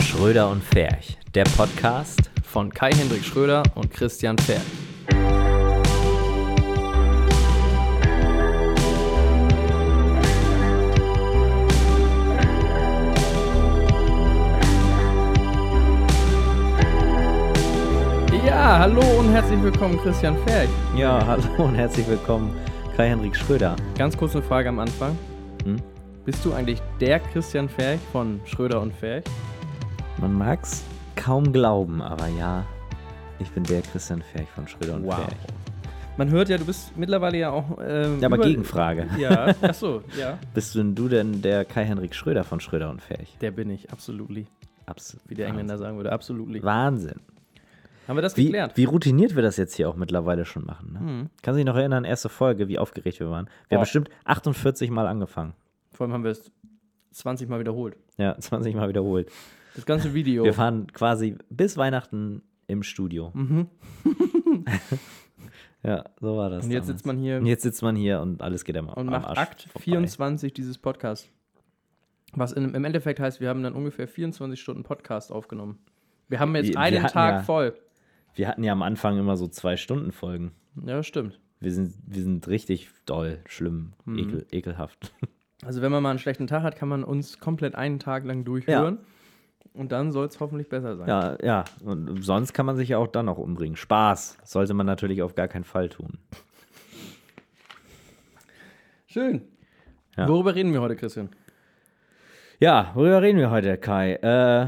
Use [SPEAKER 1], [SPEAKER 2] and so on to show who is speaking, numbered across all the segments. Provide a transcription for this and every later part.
[SPEAKER 1] Schröder und Ferch, der Podcast.
[SPEAKER 2] Von Kai-Hendrik Schröder und Christian Pferd. Ja, hallo und herzlich willkommen, Christian Pferd.
[SPEAKER 1] Ja, hallo und herzlich willkommen, Kai-Henrik Schröder.
[SPEAKER 2] Ganz kurze Frage am Anfang.
[SPEAKER 1] Hm?
[SPEAKER 2] Bist du eigentlich der Christian Ferch von Schröder und Ferch?
[SPEAKER 1] Man mag's kaum glauben, aber ja, ich bin der Christian Ferch von Schröder und
[SPEAKER 2] Wow.
[SPEAKER 1] Ferch.
[SPEAKER 2] Man hört ja, du bist mittlerweile ja auch. Ähm,
[SPEAKER 1] Ja, aber
[SPEAKER 2] über-
[SPEAKER 1] Gegenfrage.
[SPEAKER 2] Ja, ach so, ja.
[SPEAKER 1] Bist denn du denn der Kai-Henrik Schröder von Schröder und Ferch?
[SPEAKER 2] Der bin ich, absolutely.
[SPEAKER 1] Absolut.
[SPEAKER 2] Wie der Engländer sagen würde, absolutely.
[SPEAKER 1] Wahnsinn.
[SPEAKER 2] Haben wir das
[SPEAKER 1] Wie,
[SPEAKER 2] geklärt?
[SPEAKER 1] wie routiniert wir das jetzt hier auch mittlerweile schon machen. Ne? Kannst du dich noch erinnern, erste Folge, wie aufgeregt wir waren? Wir haben
[SPEAKER 2] Boah.
[SPEAKER 1] bestimmt 48 Mal angefangen.
[SPEAKER 2] Vor allem haben wir es 20 Mal wiederholt.
[SPEAKER 1] Ja, 20 Mal wiederholt.
[SPEAKER 2] Das ganze Video.
[SPEAKER 1] Wir fahren quasi bis Weihnachten im Studio.
[SPEAKER 2] Mhm.
[SPEAKER 1] ja, so war das.
[SPEAKER 2] und jetzt
[SPEAKER 1] damals.
[SPEAKER 2] sitzt man hier
[SPEAKER 1] Und jetzt sitzt man hier und alles geht am,
[SPEAKER 2] und
[SPEAKER 1] am
[SPEAKER 2] macht
[SPEAKER 1] Arsch
[SPEAKER 2] Akt
[SPEAKER 1] vorbei.
[SPEAKER 2] 24 dieses Podcast. Was in, im Endeffekt heißt, wir haben dann ungefähr 24 Stunden Podcast aufgenommen. Wir haben jetzt
[SPEAKER 1] Wir- wir
[SPEAKER 2] einen
[SPEAKER 1] hatten
[SPEAKER 2] Tag
[SPEAKER 1] ja-
[SPEAKER 2] voll.
[SPEAKER 1] Wir hatten ja am Anfang immer so zwei Stunden Folgen.
[SPEAKER 2] Ja, stimmt.
[SPEAKER 1] Wir sind, wir sind richtig doll, schlimm,
[SPEAKER 2] Mhm.
[SPEAKER 1] ekel, ekelhaft.
[SPEAKER 2] Also wenn man mal einen schlechten Tag hat, kann man uns komplett einen Tag lang durchhören. Und dann soll es hoffentlich besser sein.
[SPEAKER 1] Ja, ja. Und sonst kann man sich ja auch dann noch umbringen. Spaß sollte man natürlich auf gar keinen Fall tun.
[SPEAKER 2] Schön.
[SPEAKER 1] Ja.
[SPEAKER 2] Worüber reden wir heute, Christian?
[SPEAKER 1] Ja, worüber reden wir heute, Kai? Äh,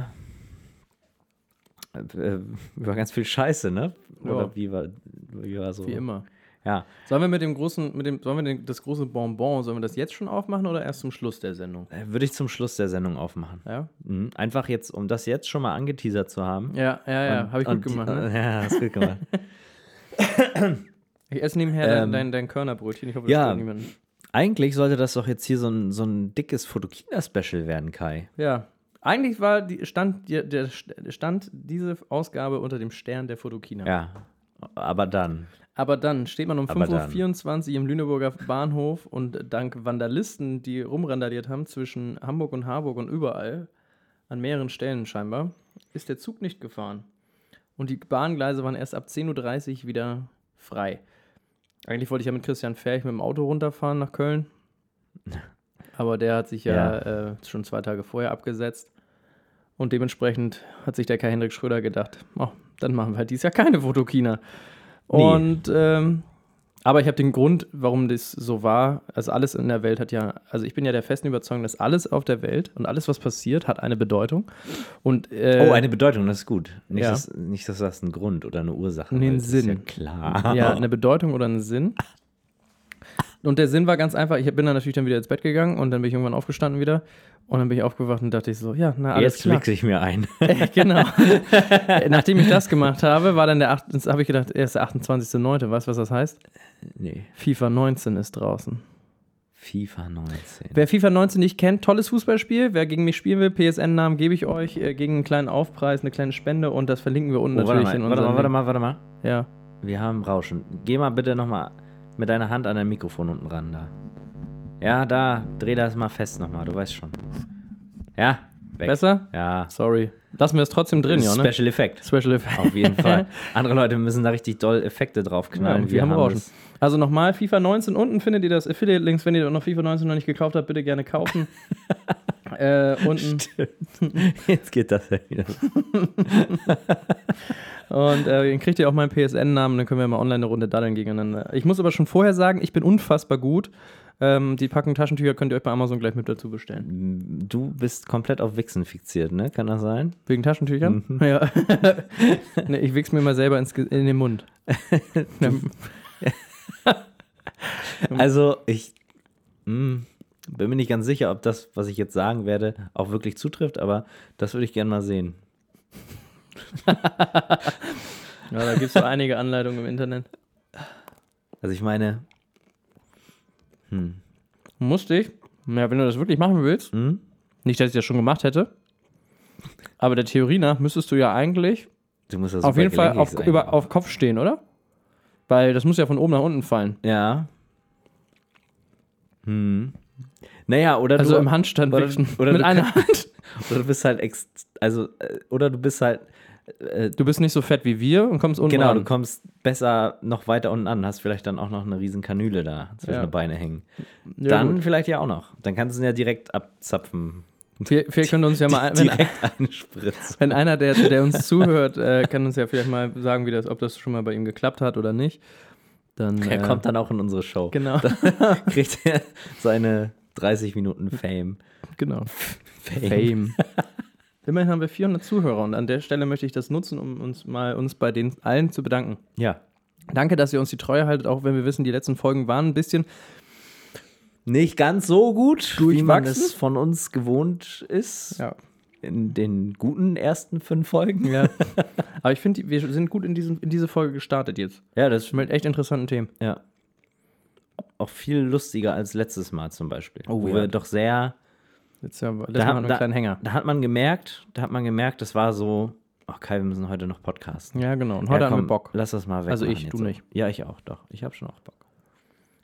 [SPEAKER 1] äh, über ganz viel Scheiße, ne? Oder
[SPEAKER 2] Ja.
[SPEAKER 1] wie war, wie war so?
[SPEAKER 2] Wie immer.
[SPEAKER 1] Ja,
[SPEAKER 2] Sollen wir mit dem großen, mit dem, sollen wir den, das große Bonbon, sollen wir das jetzt schon aufmachen oder erst zum Schluss der Sendung?
[SPEAKER 1] äh, würde ich zum Schluss der Sendung aufmachen.
[SPEAKER 2] Ja,
[SPEAKER 1] Mhm. Einfach jetzt, um das jetzt schon mal angeteasert zu haben.
[SPEAKER 2] ja, ja, ja
[SPEAKER 1] Und-
[SPEAKER 2] habe ich
[SPEAKER 1] und
[SPEAKER 2] gut gemacht.
[SPEAKER 1] Die,
[SPEAKER 2] Ne?
[SPEAKER 1] Ja, hast gut gemacht.
[SPEAKER 2] Ich esse nebenher dein-
[SPEAKER 1] Ähm,
[SPEAKER 2] dein, dein Körnerbrötchen. Ich hoffe, das
[SPEAKER 1] ja.
[SPEAKER 2] stört niemanden.
[SPEAKER 1] Eigentlich sollte das doch jetzt hier so ein, so ein dickes Fotokina-Special werden, Kai.
[SPEAKER 2] Ja. Eigentlich war die, stand, die- der, stand diese Ausgabe unter dem Stern der Fotokina.
[SPEAKER 1] Ja. Aber dann.
[SPEAKER 2] Aber dann steht man um
[SPEAKER 1] Aber dann.
[SPEAKER 2] 5.24 Uhr im Lüneburger Bahnhof und dank Vandalisten, die rumrandaliert haben zwischen Hamburg und Harburg und überall, an mehreren Stellen scheinbar, ist der Zug nicht gefahren. Und die Bahngleise waren erst ab 10.30 Uhr wieder frei. Eigentlich wollte ich ja mit Christian Ferch mit dem Auto runterfahren nach Köln. Aber der hat sich ja, Äh, schon zwei Tage vorher abgesetzt. Und dementsprechend hat sich der Kai-Hendrik Schröder gedacht, oh, dann machen wir halt dieses Jahr keine Fotokina.
[SPEAKER 1] Nee.
[SPEAKER 2] Und ähm, aber ich habe den Grund, warum das so war, also alles in der Welt hat ja, also ich bin ja der festen Überzeugung, dass alles auf der Welt und alles, was passiert, hat eine Bedeutung. Und äh,
[SPEAKER 1] oh, eine Bedeutung, das ist gut. Nicht,
[SPEAKER 2] ja.
[SPEAKER 1] dass, nicht dass das ein Grund oder eine Ursache
[SPEAKER 2] Nee,
[SPEAKER 1] weil
[SPEAKER 2] ein
[SPEAKER 1] das Ist
[SPEAKER 2] Sinn.
[SPEAKER 1] ja klar.
[SPEAKER 2] Ja, eine Bedeutung oder einen Sinn. Und der Sinn war ganz einfach, ich bin dann natürlich dann wieder ins Bett gegangen und dann bin ich irgendwann aufgestanden wieder und dann bin ich aufgewacht und dachte ich so, ja, na alles
[SPEAKER 1] Jetzt
[SPEAKER 2] klar.
[SPEAKER 1] klicke ich mir ein.
[SPEAKER 2] genau. Nachdem ich das gemacht habe, war dann der acht- das habe ich gedacht, er ist der 28.9., weißt du, was das heißt?
[SPEAKER 1] nee.
[SPEAKER 2] FIFA 19 ist draußen.
[SPEAKER 1] FIFA 19.
[SPEAKER 2] Wer FIFA 19 nicht kennt, tolles Fußballspiel. Wer gegen mich spielen will, PSN-Namen gebe ich euch äh, gegen einen kleinen Aufpreis, eine kleine Spende und das verlinken wir unten
[SPEAKER 1] Oh, warte
[SPEAKER 2] natürlich
[SPEAKER 1] mal,
[SPEAKER 2] in
[SPEAKER 1] warte
[SPEAKER 2] unserem
[SPEAKER 1] mal, warte mal, warte mal.
[SPEAKER 2] Ja.
[SPEAKER 1] Wir haben Rauschen. Geh mal bitte nochmal mit deiner Hand an dein Mikrofon unten ran da. Ja, da. Dreh das mal fest nochmal, du weißt schon. Ja. Weg.
[SPEAKER 2] Besser?
[SPEAKER 1] Ja.
[SPEAKER 2] Sorry. Lassen wir es trotzdem drin, ja, ne?
[SPEAKER 1] Special Effect.
[SPEAKER 2] Special Effect.
[SPEAKER 1] Auf jeden Fall. Andere Leute müssen da richtig doll Effekte draufknallen.
[SPEAKER 2] Ja, wir haben Rauschen.
[SPEAKER 1] es-
[SPEAKER 2] Also nochmal, FIFA 19 unten findet ihr das Affiliate-Links. Wenn ihr noch FIFA 19 noch nicht gekauft habt, bitte gerne kaufen. äh, unten.
[SPEAKER 1] Jetzt geht das ja wieder.
[SPEAKER 2] Und äh, dann kriegt ihr auch meinen PSN-Namen, dann können wir mal online eine Runde daddeln gegeneinander. Ich muss aber schon vorher sagen, ich bin unfassbar gut. Ähm, die Packung Taschentücher könnt ihr euch bei Amazon gleich mit dazu bestellen.
[SPEAKER 1] Du bist komplett auf Wichsen fixiert, ne? Kann das sein?
[SPEAKER 2] Wegen Taschentüchern?
[SPEAKER 1] Mhm.
[SPEAKER 2] Ja. nee, ich wichs mir mal selber ins, Ge- in den Mund.
[SPEAKER 1] Also, ich mm, bin mir nicht ganz sicher, ob das, was ich jetzt sagen werde, auch wirklich zutrifft, aber das würde ich gerne mal sehen.
[SPEAKER 2] Ja, da gibt es so einige Anleitungen im Internet.
[SPEAKER 1] Also, ich meine,
[SPEAKER 2] Musste ich. Ja, wenn du das wirklich machen willst.
[SPEAKER 1] Mhm.
[SPEAKER 2] Nicht, dass ich das schon gemacht hätte. Aber der Theorie nach müsstest du ja eigentlich
[SPEAKER 1] du musst das
[SPEAKER 2] auf jeden Fall
[SPEAKER 1] supergelenkig
[SPEAKER 2] auf,
[SPEAKER 1] sein.
[SPEAKER 2] über, auf Kopf stehen, oder? Weil das muss ja von oben nach unten fallen.
[SPEAKER 1] Ja. Hm. Naja, oder
[SPEAKER 2] Also
[SPEAKER 1] du,
[SPEAKER 2] im Handstand
[SPEAKER 1] oder-
[SPEAKER 2] wichsen.
[SPEAKER 1] oder
[SPEAKER 2] mit
[SPEAKER 1] du
[SPEAKER 2] einer Hand.
[SPEAKER 1] Oder du bist halt ex also äh, oder du bist halt äh,
[SPEAKER 2] Du bist nicht so fett wie wir und kommst unten
[SPEAKER 1] genau,
[SPEAKER 2] an.
[SPEAKER 1] du kommst besser noch weiter unten an, hast vielleicht dann auch noch eine riesen Kanüle da zwischen
[SPEAKER 2] Ja.
[SPEAKER 1] den Beine hängen.
[SPEAKER 2] Ja,
[SPEAKER 1] dann
[SPEAKER 2] gut.
[SPEAKER 1] vielleicht ja auch noch. Dann kannst du ihn ja direkt abzapfen.
[SPEAKER 2] Vielleicht vielleicht können uns ja mal, wenn,
[SPEAKER 1] direkt einspritzen.
[SPEAKER 2] wenn einer, der, der uns zuhört, äh, kann uns ja vielleicht mal sagen, wie das, ob das schon mal bei ihm geklappt hat oder nicht. Dann
[SPEAKER 1] Er
[SPEAKER 2] äh,
[SPEAKER 1] kommt dann auch in unsere Show.
[SPEAKER 2] Genau,
[SPEAKER 1] Kriegt er seine 30 Minuten Fame.
[SPEAKER 2] genau.
[SPEAKER 1] Fame.
[SPEAKER 2] Fame. Immerhin haben wir 400 Zuhörer und an der Stelle möchte ich das nutzen, um uns mal uns bei den allen zu bedanken.
[SPEAKER 1] Ja.
[SPEAKER 2] Danke, dass ihr uns die Treue haltet, auch wenn wir wissen, die letzten Folgen waren ein bisschen
[SPEAKER 1] Nicht ganz so gut, wie man
[SPEAKER 2] Durchwachsen.
[SPEAKER 1] es von uns gewohnt ist.
[SPEAKER 2] Ja.
[SPEAKER 1] In den guten ersten fünf Folgen.
[SPEAKER 2] Ja. Aber ich finde, wir sind gut in, diesen, in diese Folge gestartet jetzt.
[SPEAKER 1] Ja, das
[SPEAKER 2] Mit echt interessanten Themen.
[SPEAKER 1] ja. auch viel lustiger als letztes Mal zum Beispiel.
[SPEAKER 2] Oh,
[SPEAKER 1] wo
[SPEAKER 2] ja.
[SPEAKER 1] wir doch sehr.
[SPEAKER 2] Jetzt haben wir letztes Mal noch einen kleinen Hänger.
[SPEAKER 1] da hat man gemerkt, da hat man gemerkt, das war so, ach Kai, wir müssen heute noch podcasten.
[SPEAKER 2] Ja, genau. Und heute
[SPEAKER 1] Ja,
[SPEAKER 2] haben
[SPEAKER 1] komm,
[SPEAKER 2] wir Bock.
[SPEAKER 1] Lass das mal weg.
[SPEAKER 2] Also ich, du nicht.
[SPEAKER 1] Ja, ich auch, doch. Ich habe schon auch Bock.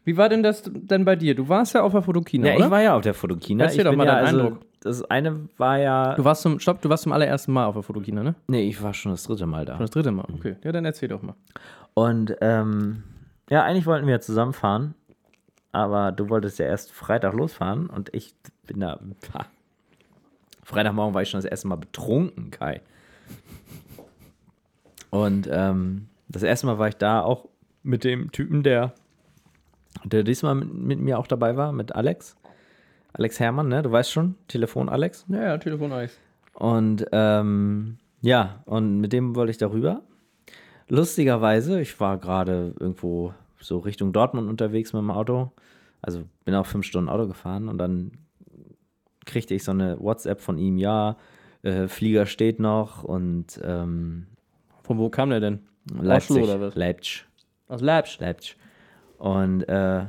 [SPEAKER 2] Wie war denn das denn bei dir? Du warst ja auf der Fotokina,
[SPEAKER 1] Ja,
[SPEAKER 2] oder?
[SPEAKER 1] ich war ja auf der Fotokina.
[SPEAKER 2] Erzähl
[SPEAKER 1] ich
[SPEAKER 2] doch
[SPEAKER 1] bin
[SPEAKER 2] mal
[SPEAKER 1] ja,
[SPEAKER 2] deinen
[SPEAKER 1] also,
[SPEAKER 2] Eindruck.
[SPEAKER 1] Das eine war ja.
[SPEAKER 2] du warst zum, stopp, du warst zum allerersten Mal auf der Fotokina, ne?
[SPEAKER 1] nee, ich war schon das dritte Mal da.
[SPEAKER 2] Das dritte Mal.
[SPEAKER 1] Mhm.
[SPEAKER 2] Okay. Ja, dann erzähl doch mal.
[SPEAKER 1] Und ähm, ja, eigentlich wollten wir ja zusammenfahren, aber du wolltest ja erst Freitag losfahren und ich bin da. Pah. Freitagmorgen war ich schon das erste Mal betrunken, Kai. Und ähm, das erste Mal war ich da auch mit dem Typen, der, der diesmal mit, mit mir auch dabei war, mit Alex. Alex Hermann, ne? Du weißt schon, Telefon Alex.
[SPEAKER 2] Ja, ja, Telefon Eis.
[SPEAKER 1] Und ähm, ja, und mit dem wollte ich darüber. Lustigerweise, ich war gerade irgendwo so Richtung Dortmund unterwegs mit dem Auto. Also bin auch fünf Stunden Auto gefahren und dann kriegte ich so eine WhatsApp von ihm, ja, äh, Flieger steht noch und ähm,
[SPEAKER 2] Von wo kam der denn?
[SPEAKER 1] Leipzig,
[SPEAKER 2] oder was?
[SPEAKER 1] Leipzig.
[SPEAKER 2] Aus Leipzig.
[SPEAKER 1] Leipzig. Und äh,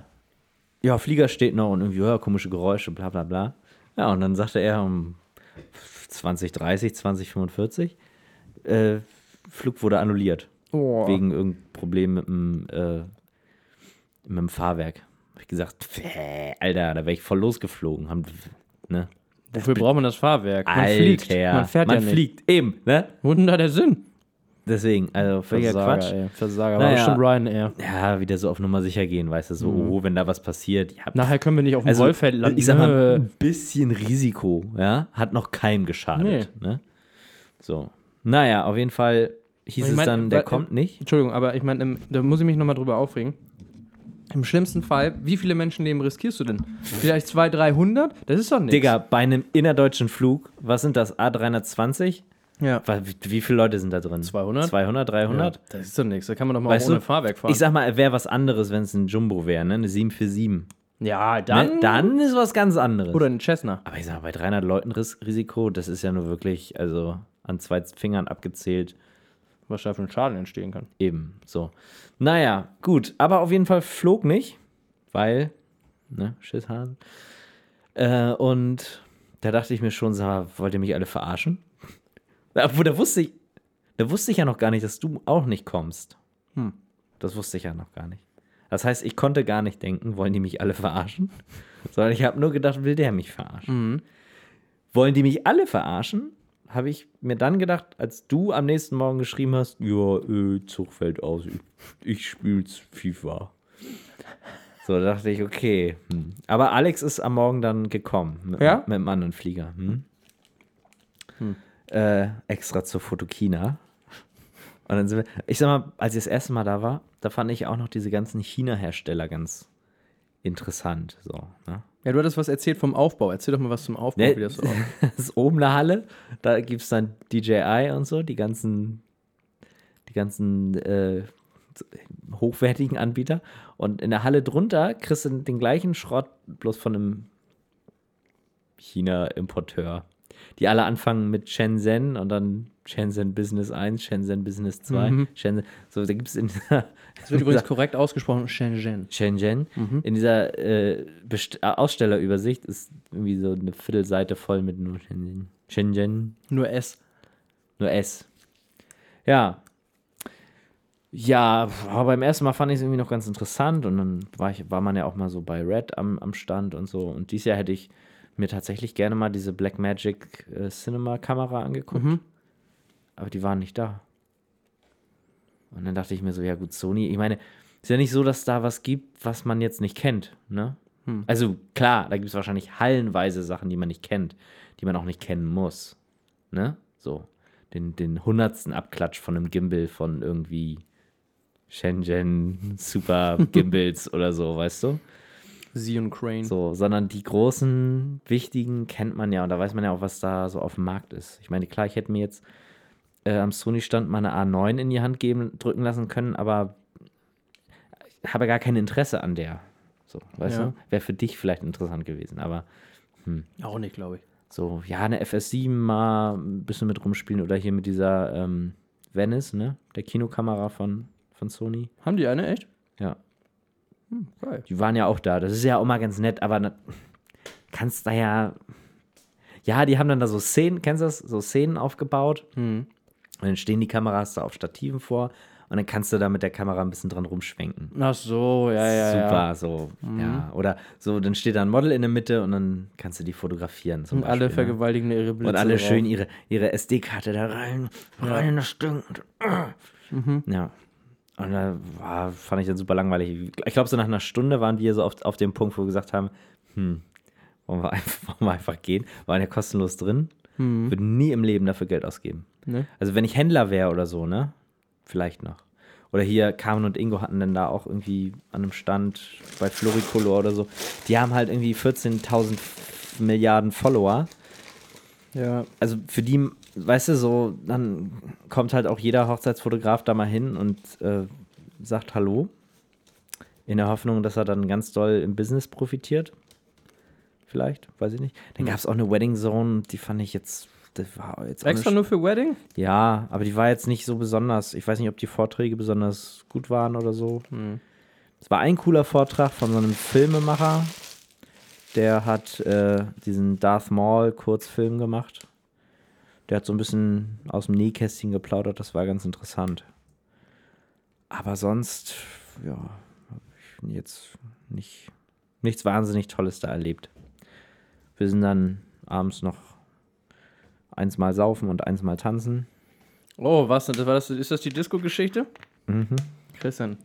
[SPEAKER 1] ja, Flieger steht noch und irgendwie ja, komische Geräusche, bla bla bla. Ja, und dann sagte er um 2030, 2045, äh, Flug wurde annulliert.
[SPEAKER 2] Oh.
[SPEAKER 1] Wegen irgendeinem Problem mit dem, äh, mit dem Fahrwerk. Hab ich gesagt, "Pfäh, Alter, da wäre ich voll losgeflogen. Haben, ne?
[SPEAKER 2] Wofür braucht man das Fahrwerk? Man
[SPEAKER 1] Alter,
[SPEAKER 2] fliegt. Man fährt ja nicht.
[SPEAKER 1] fliegt, eben, ne?
[SPEAKER 2] Wo denn da der Sinn?
[SPEAKER 1] Deswegen, also völliger Quatsch.
[SPEAKER 2] ey. Versager.
[SPEAKER 1] Naja.
[SPEAKER 2] War bestimmt Ryanair.
[SPEAKER 1] Ja, wieder so auf Nummer sicher gehen, weißt du, so,
[SPEAKER 2] Mhm.
[SPEAKER 1] oh, wenn da was passiert, ja,
[SPEAKER 2] Nachher können wir nicht auf dem
[SPEAKER 1] Also,
[SPEAKER 2] Rollfeld landen. ne?
[SPEAKER 1] ich sag mal,
[SPEAKER 2] Nö.
[SPEAKER 1] ein bisschen Risiko, ja, hat noch keinem geschadet. Ne? So. Naja, auf jeden Fall hieß
[SPEAKER 2] Ich
[SPEAKER 1] es
[SPEAKER 2] mein,
[SPEAKER 1] dann, der
[SPEAKER 2] wa-
[SPEAKER 1] kommt nicht.
[SPEAKER 2] Entschuldigung, aber ich meine, im- da muss ich mich nochmal drüber aufregen. Im schlimmsten Fall, wie viele Menschenleben riskierst du denn? Vielleicht 200, 300? Das ist doch nichts.
[SPEAKER 1] Digga, bei einem innerdeutschen Flug, was sind das, A320?
[SPEAKER 2] Ja.
[SPEAKER 1] Wa- Wie, wie viele Leute sind da drin?
[SPEAKER 2] 200?
[SPEAKER 1] 200,
[SPEAKER 2] ja.
[SPEAKER 1] 300?
[SPEAKER 2] Das ist doch nichts. Da kann man doch mal
[SPEAKER 1] Weißt
[SPEAKER 2] auch ohne
[SPEAKER 1] du,
[SPEAKER 2] Fahrwerk fahren.
[SPEAKER 1] Ich sag mal, wäre was anderes, wenn es ein Jumbo wäre, ne? Eine 747.
[SPEAKER 2] ja, dann.
[SPEAKER 1] Dann, Ne, dann ist was ganz anderes.
[SPEAKER 2] Oder ein Cessna.
[SPEAKER 1] Aber ich sag mal, bei 300 Leuten Ris Risiko, das ist ja nur wirklich, also an zwei Fingern abgezählt.
[SPEAKER 2] Was da für ein Schaden entstehen kann.
[SPEAKER 1] Eben, so. Naja, gut, aber auf jeden Fall flog nicht, weil, ne, Schisshasen. Äh, und da dachte ich mir schon, sag mal, wollt ihr mich alle verarschen? Obwohl, da wusste ich, da wusste ich ja noch gar nicht, dass du auch nicht kommst.
[SPEAKER 2] Hm.
[SPEAKER 1] Das wusste ich ja noch gar nicht. Das heißt, ich konnte gar nicht denken, wollen die mich alle verarschen? Sondern ich habe nur gedacht, will der mich verarschen?
[SPEAKER 2] Mhm.
[SPEAKER 1] Wollen die mich alle verarschen? Habe ich mir dann gedacht, als du am nächsten Morgen geschrieben hast, ja, äh, Zug fällt aus, ich, ich spiel's FIFA. So, da dachte ich, okay. Hm. Aber Alex ist am Morgen dann gekommen. Mit,
[SPEAKER 2] Ja? Hm.
[SPEAKER 1] mit dem anderen Flieger. Hm? Äh, extra zur Fotokina. Und dann sind wir, ich sag mal, als ich das erste Mal da war, da fand ich auch noch diese ganzen China-Hersteller ganz interessant. So, ne?
[SPEAKER 2] Ja, du hattest was erzählt vom Aufbau. Erzähl doch mal was zum Aufbau,
[SPEAKER 1] Ne,
[SPEAKER 2] wie das so aussieht.
[SPEAKER 1] das ist oben eine Halle, da gibt es dann DJI und so, die ganzen, die ganzen äh, hochwertigen Anbieter. Und in der Halle drunter kriegst du den gleichen Schrott, bloß von einem China-Importeur. Die alle anfangen mit Shenzhen und dann Shenzhen Business 1, Shenzhen Business 2, Shenzhen. So, da gibt es in dieser.
[SPEAKER 2] Das wird übrigens korrekt ausgesprochen: Shenzhen.
[SPEAKER 1] Shenzhen. In dieser äh, Best- äh, Ausstellerübersicht ist irgendwie so eine Viertelseite voll mit nur Shenzhen. Shenzhen,
[SPEAKER 2] Nur S.
[SPEAKER 1] nur S. Ja. Ja, pf, aber beim ersten Mal fand ich es irgendwie noch ganz interessant und dann war, ich, war man ja auch mal so bei Red am, am Stand und so. Und dieses Jahr hätte ich mir tatsächlich gerne mal diese Blackmagic äh, Cinema Kamera angeguckt,
[SPEAKER 2] Mhm.
[SPEAKER 1] aber die waren nicht da. Und dann dachte ich mir so, ja gut, Sony, ich meine, ist ja nicht so, dass da was gibt, was man jetzt nicht kennt, ne?
[SPEAKER 2] Hm.
[SPEAKER 1] Also klar, da gibt es wahrscheinlich hallenweise Sachen, die man nicht kennt, die man auch nicht kennen muss, ne? So, den, den hundertsten Abklatsch von einem Gimbal von irgendwie Shenzhen Super Gimbals oder so, weißt du?
[SPEAKER 2] Zion Crane.
[SPEAKER 1] So, sondern die großen, wichtigen kennt man ja und da weiß man ja auch, was da so auf dem Markt ist. Ich meine, klar, ich hätte mir jetzt äh, am Sony-Stand mal eine A9 in die Hand geben, drücken lassen können, aber ich habe gar kein Interesse an der. So, weißt
[SPEAKER 2] Ja.
[SPEAKER 1] du? Wäre für dich vielleicht interessant gewesen, aber
[SPEAKER 2] Auch nicht, glaube ich.
[SPEAKER 1] so, ja, eine FS7 mal ein bisschen mit rumspielen oder hier mit dieser ähm, Venice, ne? Der Kinokamera von, von Sony.
[SPEAKER 2] Haben die eine echt?
[SPEAKER 1] Ja.
[SPEAKER 2] Hm, geil.
[SPEAKER 1] Die waren ja auch da. Das ist ja auch mal ganz nett, aber na, kannst da ja. Ja, die haben dann da so Szenen, kennst du das? So Szenen aufgebaut.
[SPEAKER 2] Hm.
[SPEAKER 1] Und dann stehen die Kameras da auf Stativen vor. Und dann kannst du da mit der Kamera ein bisschen dran rumschwenken.
[SPEAKER 2] Ach so, ja, ja.
[SPEAKER 1] Super,
[SPEAKER 2] Ja.
[SPEAKER 1] so.
[SPEAKER 2] Mhm.
[SPEAKER 1] Ja. Oder so, dann steht da ein Model in der Mitte und dann kannst du die fotografieren. Zum
[SPEAKER 2] Und alle
[SPEAKER 1] Beispiel, ne?
[SPEAKER 2] vergewaltigen ihre Blitze.
[SPEAKER 1] Und alle
[SPEAKER 2] drauf.
[SPEAKER 1] schön ihre, ihre SD-Karte da rein, rein in das Ding.
[SPEAKER 2] Mhm.
[SPEAKER 1] Ja. Und da war, fand ich dann super langweilig. Ich glaube, so nach einer Stunde waren wir so auf, auf dem Punkt, wo wir gesagt haben, hm, wollen wir einfach, wollen wir einfach gehen? Waren ja kostenlos drin.
[SPEAKER 2] Hm.
[SPEAKER 1] Würde nie im Leben dafür Geld ausgeben.
[SPEAKER 2] Ne?
[SPEAKER 1] Also wenn ich Händler wäre oder so, ne? Vielleicht noch. Oder hier Carmen und Ingo hatten dann da auch irgendwie an einem Stand bei Floricolor oder so. Die haben halt irgendwie 14.000 Milliarden Follower
[SPEAKER 2] Ja.
[SPEAKER 1] also für die, weißt du, so, dann kommt halt auch jeder Hochzeitsfotograf da mal hin und äh, sagt Hallo. In der Hoffnung, dass er dann ganz doll im Business profitiert. Vielleicht, weiß ich nicht. Dann
[SPEAKER 2] Hm.
[SPEAKER 1] gab es auch eine Wedding Zone, die fand ich jetzt. Das war jetzt auch
[SPEAKER 2] Extra
[SPEAKER 1] nicht,
[SPEAKER 2] nur für Wedding?
[SPEAKER 1] ja, aber die war jetzt nicht so besonders. Ich weiß nicht, ob die Vorträge besonders gut waren oder so.
[SPEAKER 2] Hm.
[SPEAKER 1] Es war ein cooler Vortrag von so einem Filmemacher. Der hat äh, diesen Darth Maul Kurzfilm gemacht. Der hat so ein bisschen aus dem Nähkästchen geplaudert. Das war ganz interessant. Aber sonst, ja, habe ich jetzt nicht, nichts wahnsinnig Tolles da erlebt. Wir sind dann abends noch eins mal saufen und eins mal tanzen.
[SPEAKER 2] Oh, was? Das war das, ist das die Disco-Geschichte? Mhm. Christian.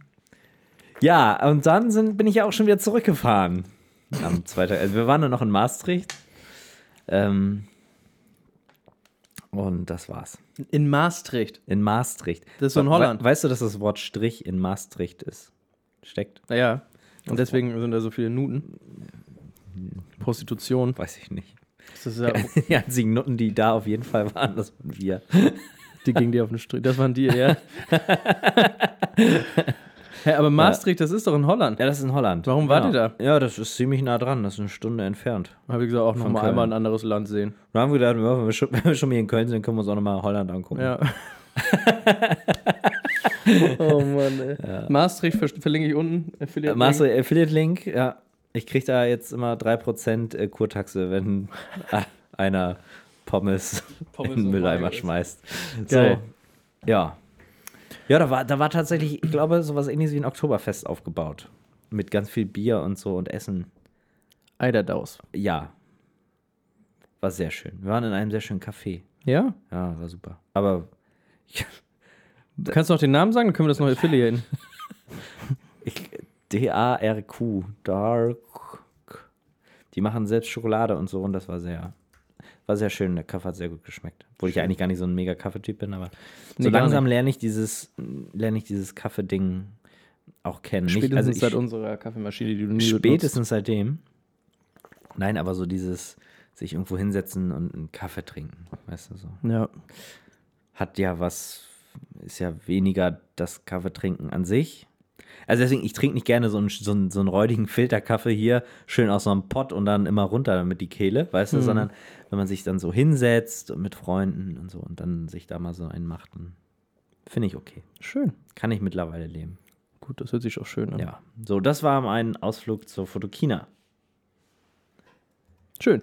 [SPEAKER 1] Ja, und dann sind, bin ich ja auch schon wieder zurückgefahren. Am zweiten, also wir waren dann noch in Maastricht. Ähm, und das war's.
[SPEAKER 2] In Maastricht.
[SPEAKER 1] In Maastricht.
[SPEAKER 2] Das ist so in
[SPEAKER 1] We- we-
[SPEAKER 2] Holland.
[SPEAKER 1] Weißt du, dass das Wort Strich in Maastricht ist? Steckt?
[SPEAKER 2] Naja. Und deswegen sind da so viele Nuten. Prostitution.
[SPEAKER 1] Weiß ich nicht.
[SPEAKER 2] Das ist ja,
[SPEAKER 1] Die einzigen Nutten, die da auf jeden Fall waren, das waren wir.
[SPEAKER 2] die gingen dir auf den Strich. Das waren die, ja. Hä, aber Maastricht, das ist doch in Holland.
[SPEAKER 1] Ja, das ist in Holland.
[SPEAKER 2] Warum wart
[SPEAKER 1] genau.
[SPEAKER 2] ihr
[SPEAKER 1] da? Ja, das ist ziemlich nah dran. Das ist eine Stunde entfernt.
[SPEAKER 2] Habe ich gesagt, auch
[SPEAKER 1] Von
[SPEAKER 2] nochmal
[SPEAKER 1] Köln.
[SPEAKER 2] einmal ein anderes Land sehen.
[SPEAKER 1] Da haben wir gedacht, ja, wenn wir, schon, wenn wir schon hier in Köln sind, dann können wir uns auch nochmal Holland angucken.
[SPEAKER 2] Ja. oh Mann, ey. Maastricht ver verlinke ich unten. Affiliate
[SPEAKER 1] Äh, Master Affiliate Link, ja. Ich kriege da jetzt immer 3% äh, Kurtaxe, wenn einer Pommes,
[SPEAKER 2] Pommes
[SPEAKER 1] in den
[SPEAKER 2] und
[SPEAKER 1] Mülleimer
[SPEAKER 2] Mayo ist.
[SPEAKER 1] schmeißt.
[SPEAKER 2] Geil.
[SPEAKER 1] So, ja. Ja, da war, da war tatsächlich, ich glaube, sowas ähnliches wie ein Oktoberfest aufgebaut. Mit ganz viel Bier und so und Essen.
[SPEAKER 2] Eiderdaus.
[SPEAKER 1] Ja. War sehr schön. Wir waren in einem sehr schönen Café.
[SPEAKER 2] Ja?
[SPEAKER 1] Ja, war super. Aber
[SPEAKER 2] Du kannst noch den Namen sagen, dann können wir das noch affiliaten.
[SPEAKER 1] Ich, D-A-R-Q, Dark. Die machen selbst Schokolade und so und das war sehr, war sehr schön. Der Kaffee hat sehr gut geschmeckt. Obwohl ich ja eigentlich gar nicht so ein mega Kaffeetyp bin, aber so
[SPEAKER 2] Nee, gar
[SPEAKER 1] langsam lerne ich dieses, lerne ich dieses Kaffee-Ding auch kennen. Nicht-
[SPEAKER 2] Spätestens
[SPEAKER 1] also
[SPEAKER 2] seit
[SPEAKER 1] ich,
[SPEAKER 2] unserer Kaffeemaschine, die du nie benutzt.
[SPEAKER 1] spätestens seitdem. Nein, aber so dieses sich irgendwo hinsetzen und einen Kaffee trinken, weißt du so.
[SPEAKER 2] Ja.
[SPEAKER 1] Hat ja was, ist ja weniger das Kaffeetrinken an sich, also deswegen, ich trinke nicht gerne so einen, so, einen, so einen räudigen Filterkaffee hier, schön aus so einem Pott und dann immer runter damit die Kehle, weißt du, sondern wenn man sich dann so hinsetzt und mit Freunden und so und dann sich da mal so einen macht, dann finde ich okay.
[SPEAKER 2] Schön.
[SPEAKER 1] Kann ich mittlerweile leben.
[SPEAKER 2] Gut, das hört sich auch schön an.
[SPEAKER 1] Ja. So, das war mein Ausflug zur Fotokina.
[SPEAKER 2] Schön.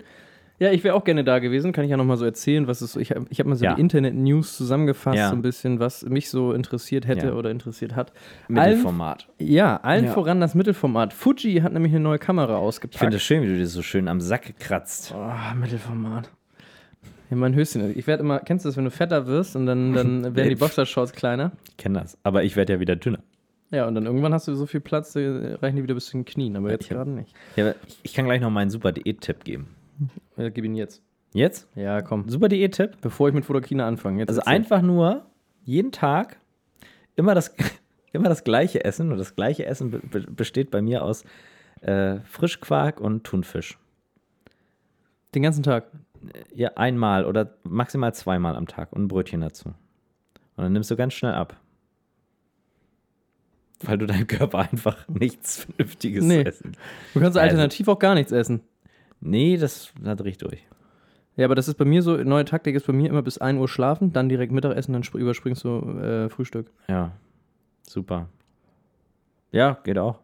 [SPEAKER 2] Ja, ich wäre auch gerne da gewesen. Kann ich ja nochmal so erzählen, was es so. Ich habe ich hab mal so
[SPEAKER 1] Ja.
[SPEAKER 2] die Internet-News zusammengefasst,
[SPEAKER 1] Ja.
[SPEAKER 2] so ein bisschen, was mich so interessiert hätte
[SPEAKER 1] Ja.
[SPEAKER 2] oder interessiert hat. Allen,
[SPEAKER 1] Mittelformat.
[SPEAKER 2] ja, allen
[SPEAKER 1] Ja.
[SPEAKER 2] voran das Mittelformat. Fuji hat nämlich eine neue Kamera
[SPEAKER 1] Ich
[SPEAKER 2] ausgepackt.
[SPEAKER 1] finde es schön, wie du dir so schön am Sack kratzt.
[SPEAKER 2] Oh, Mittelformat. Ja, mein Höschen. Ich werde immer, kennst du das, wenn du fetter wirst und dann, dann werden die Boxershorts kleiner?
[SPEAKER 1] Ich kenne das. Aber ich werde ja wieder dünner.
[SPEAKER 2] Ja, und dann irgendwann hast du so viel Platz, da reichen die wieder bis zu den Knien, aber jetzt
[SPEAKER 1] Ich hab-
[SPEAKER 2] gerade nicht.
[SPEAKER 1] Ja, aber ich- ich kann gleich noch meinen super Diät-Tipp geben.
[SPEAKER 2] Ja, gib ihn jetzt.
[SPEAKER 1] Jetzt?
[SPEAKER 2] Ja, komm.
[SPEAKER 1] Super Diät-Tipp.
[SPEAKER 2] Bevor ich mit Fotokina anfange. Jetzt
[SPEAKER 1] Also
[SPEAKER 2] erzähl.
[SPEAKER 1] einfach nur jeden Tag immer das, immer das gleiche Essen. Und das gleiche Essen be be besteht bei mir aus äh, Frischquark und Thunfisch.
[SPEAKER 2] Den ganzen Tag.
[SPEAKER 1] Ja, einmal oder maximal zweimal am Tag und ein Brötchen dazu. Und dann nimmst du ganz schnell ab. Weil du deinem Körper einfach nichts Vernünftiges
[SPEAKER 2] Nee.
[SPEAKER 1] essen.
[SPEAKER 2] Du kannst
[SPEAKER 1] Also-
[SPEAKER 2] alternativ auch gar nichts essen.
[SPEAKER 1] Nee, das da dreh ich durch.
[SPEAKER 2] Ja, aber das ist bei mir so, neue Taktik ist bei mir immer bis 1 Uhr schlafen, dann direkt Mittagessen, dann spr- überspringst du äh, Frühstück.
[SPEAKER 1] Ja. Super. Ja, geht auch.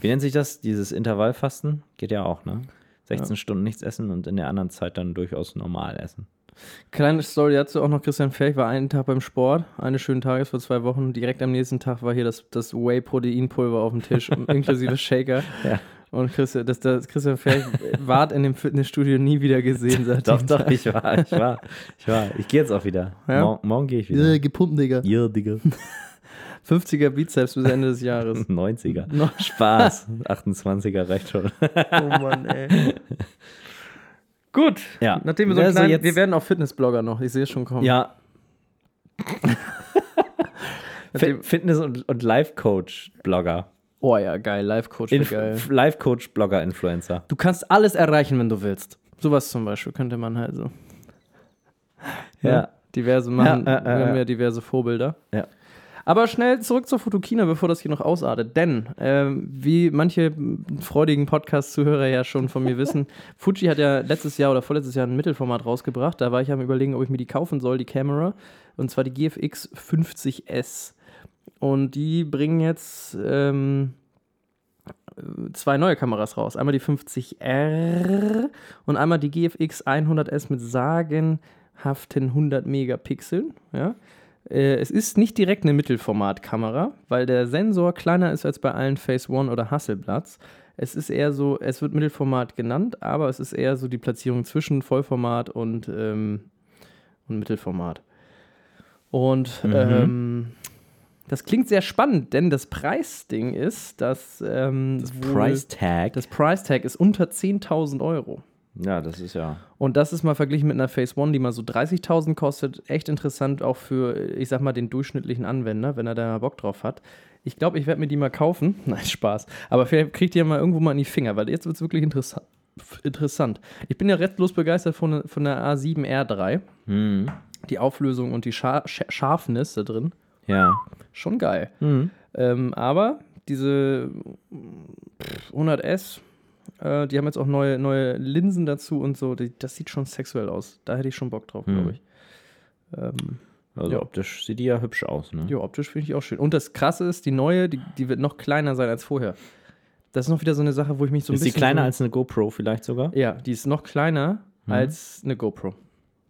[SPEAKER 1] Wie nennt sich das? Dieses Intervallfasten? Geht ja auch, ne? 16 Stunden nichts essen und in der anderen Zeit dann durchaus normal essen.
[SPEAKER 2] Kleine Story dazu auch noch, Christian Fähig war einen Tag beim Sport, eines schönen Tages vor zwei Wochen, direkt am nächsten Tag war hier das, das Whey-Protein-Pulver auf dem Tisch, und inklusive Shaker.
[SPEAKER 1] Ja.
[SPEAKER 2] Und Christian, das, das Christian Fähig ward in dem Fitnessstudio nie wieder gesehen, sagt
[SPEAKER 1] Doch, doch, ich war, ich war, ich war. Ich gehe jetzt auch wieder.
[SPEAKER 2] Ja?
[SPEAKER 1] Morgen, morgen gehe ich wieder.
[SPEAKER 2] gepumpt, Digga.
[SPEAKER 1] Ja, Digga.
[SPEAKER 2] 50er Bizeps bis Ende des Jahres.
[SPEAKER 1] 90er.
[SPEAKER 2] No-
[SPEAKER 1] Spaß. 28er reicht schon.
[SPEAKER 2] Oh Mann, ey. Gut.
[SPEAKER 1] Ja.
[SPEAKER 2] Nachdem wir so einen
[SPEAKER 1] Also
[SPEAKER 2] kleinen,
[SPEAKER 1] jetzt-
[SPEAKER 2] wir werden auch Fitnessblogger noch, ich sehe es schon kommen.
[SPEAKER 1] Ja.
[SPEAKER 2] Nachdem-
[SPEAKER 1] Fit- Fitness- und, und Life-Coach-Blogger.
[SPEAKER 2] Oh ja, geil, Live-Coach wäre
[SPEAKER 1] Inf-
[SPEAKER 2] geil.
[SPEAKER 1] Life-Coach-Blogger-Influencer.
[SPEAKER 2] Du kannst alles erreichen, wenn du willst. Sowas zum Beispiel könnte man halt so. Ne? Diverse machen,
[SPEAKER 1] Ja, äh, äh,
[SPEAKER 2] wir haben
[SPEAKER 1] äh.
[SPEAKER 2] ja diverse Vorbilder.
[SPEAKER 1] Ja.
[SPEAKER 2] Aber schnell zurück zur Fotokina, bevor das hier noch ausartet. Denn, ähm, wie manche freudigen Podcast-Zuhörer ja schon von mir wissen, Fuji hat ja letztes Jahr oder vorletztes Jahr ein Mittelformat rausgebracht. Da war ich am überlegen, ob ich mir die kaufen soll, die Kamera. Und zwar die GFX 50S. Und die bringen jetzt ähm, zwei neue Kameras raus. Einmal die 50R und einmal die GFX 100S mit sagenhaften 100 Megapixeln. Ja. Äh, Es ist nicht direkt eine Mittelformatkamera, weil der Sensor kleiner ist als bei allen Phase One oder Hasselblatts. Es ist eher so, es wird Mittelformat genannt, aber es ist eher so die Platzierung zwischen Vollformat und, ähm, und Mittelformat. Und
[SPEAKER 1] Mhm.
[SPEAKER 2] ähm, das klingt sehr spannend, denn das Preisding ist, dass ähm, wohl-
[SPEAKER 1] Price-Tag.
[SPEAKER 2] das Price Tag ist unter 10.000 Euro.
[SPEAKER 1] Ja, das ist ja.
[SPEAKER 2] Und das ist mal verglichen mit einer Phase One, die mal so 30.000 kostet. Echt interessant auch für, ich sag mal, den durchschnittlichen Anwender, wenn er da Bock drauf hat. Ich glaube, ich werde mir die mal kaufen. Nein, Spaß. Aber vielleicht kriegt ihr mal irgendwo mal in die Finger, weil jetzt wird es wirklich interessant. Interessant. Ich bin ja restlos begeistert von, von der A7R3.
[SPEAKER 1] Hm.
[SPEAKER 2] Die Auflösung und die Scha Sch Scharfnis da drin.
[SPEAKER 1] Ja.
[SPEAKER 2] Schon geil.
[SPEAKER 1] Hm.
[SPEAKER 2] Ähm, aber diese pff, 100S, äh, die haben jetzt auch neue, neue Linsen dazu und so. Die, das sieht schon sexuell aus. Da hätte ich schon Bock drauf,
[SPEAKER 1] Hm.
[SPEAKER 2] glaube ich. Ähm,
[SPEAKER 1] Also
[SPEAKER 2] Ja.
[SPEAKER 1] optisch sieht die ja hübsch aus, ne?
[SPEAKER 2] ja, optisch finde ich auch schön. Und das Krasse ist, die neue, die, die wird noch kleiner sein als vorher. Das ist noch wieder so eine Sache, wo ich mich so ein
[SPEAKER 1] ist die
[SPEAKER 2] bisschen.
[SPEAKER 1] kleiner
[SPEAKER 2] so,
[SPEAKER 1] als eine GoPro vielleicht sogar?
[SPEAKER 2] Ja, die ist noch kleiner
[SPEAKER 1] Mhm.
[SPEAKER 2] als eine GoPro.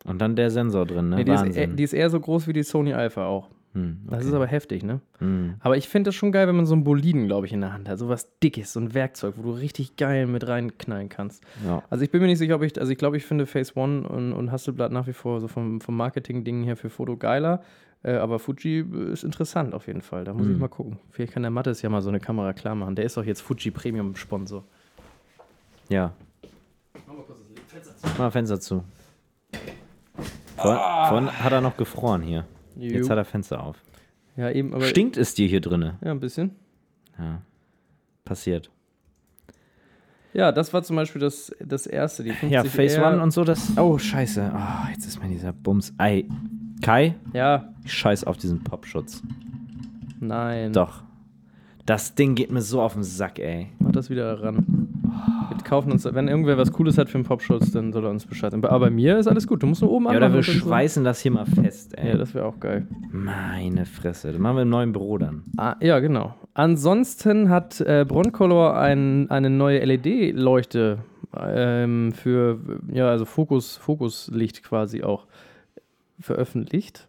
[SPEAKER 1] Und dann der Sensor drin, ne?
[SPEAKER 2] Nee, die, ist, e-
[SPEAKER 1] Wahnsinn.
[SPEAKER 2] die ist eher so groß wie die Sony Alpha auch.
[SPEAKER 1] Hm,
[SPEAKER 2] Das
[SPEAKER 1] okay.
[SPEAKER 2] ist aber heftig, ne?
[SPEAKER 1] Hm.
[SPEAKER 2] Aber ich finde das schon geil, wenn man so einen Boliden, glaube ich, in der Hand hat. So was Dickes, so ein Werkzeug, wo du richtig geil mit reinknallen kannst.
[SPEAKER 1] Ja.
[SPEAKER 2] Also ich bin mir nicht sicher, ob ich, also ich glaube, ich finde Phase One und, und Hasselblatt nach wie vor so vom, vom Marketing-Ding her für Foto geiler. Äh, aber Fuji ist interessant auf jeden Fall. Da muss ich
[SPEAKER 1] Mhm.
[SPEAKER 2] mal gucken. Vielleicht kann der Mattes ja mal so eine Kamera klar machen. Der ist doch jetzt Fuji Premium-Sponsor.
[SPEAKER 1] Ja. Mal Fenster zu. Vorhin, vorhin hat er noch gefroren hier. Jetzt hat er Fenster auf.
[SPEAKER 2] Ja, eben, aber.
[SPEAKER 1] Stinkt es dir hier drinne?
[SPEAKER 2] Ja, ein bisschen.
[SPEAKER 1] Ja. Passiert.
[SPEAKER 2] Ja, das war zum Beispiel das, das erste, die 50
[SPEAKER 1] Ja, Phase One
[SPEAKER 2] R.
[SPEAKER 1] und so das. Oh, scheiße. Ah, jetzt ist mir dieser Bums. Ei. Kai,
[SPEAKER 2] Ja,
[SPEAKER 1] ich scheiß auf diesen Popschutz.
[SPEAKER 2] nein.
[SPEAKER 1] Doch. Das Ding geht mir so auf den Sack, ey.
[SPEAKER 2] Mach das wieder ran. Wir kaufen uns, wenn irgendwer was Cooles hat für einen Popschutz, dann soll er uns Bescheid sagen. Aber bei mir ist alles gut. Du musst nur oben
[SPEAKER 1] Ja, oder
[SPEAKER 2] anmachen
[SPEAKER 1] wir
[SPEAKER 2] und dann so-
[SPEAKER 1] schweißen das hier mal fest, ey.
[SPEAKER 2] Ja, das wäre auch geil.
[SPEAKER 1] Meine Fresse. Das machen wir im neuen Büro dann.
[SPEAKER 2] Ah, ja, genau. Ansonsten hat äh, Broncolor ein, eine neue LED-Leuchte E ähm, für, ja, also Fokus, Fokuslicht quasi auch veröffentlicht.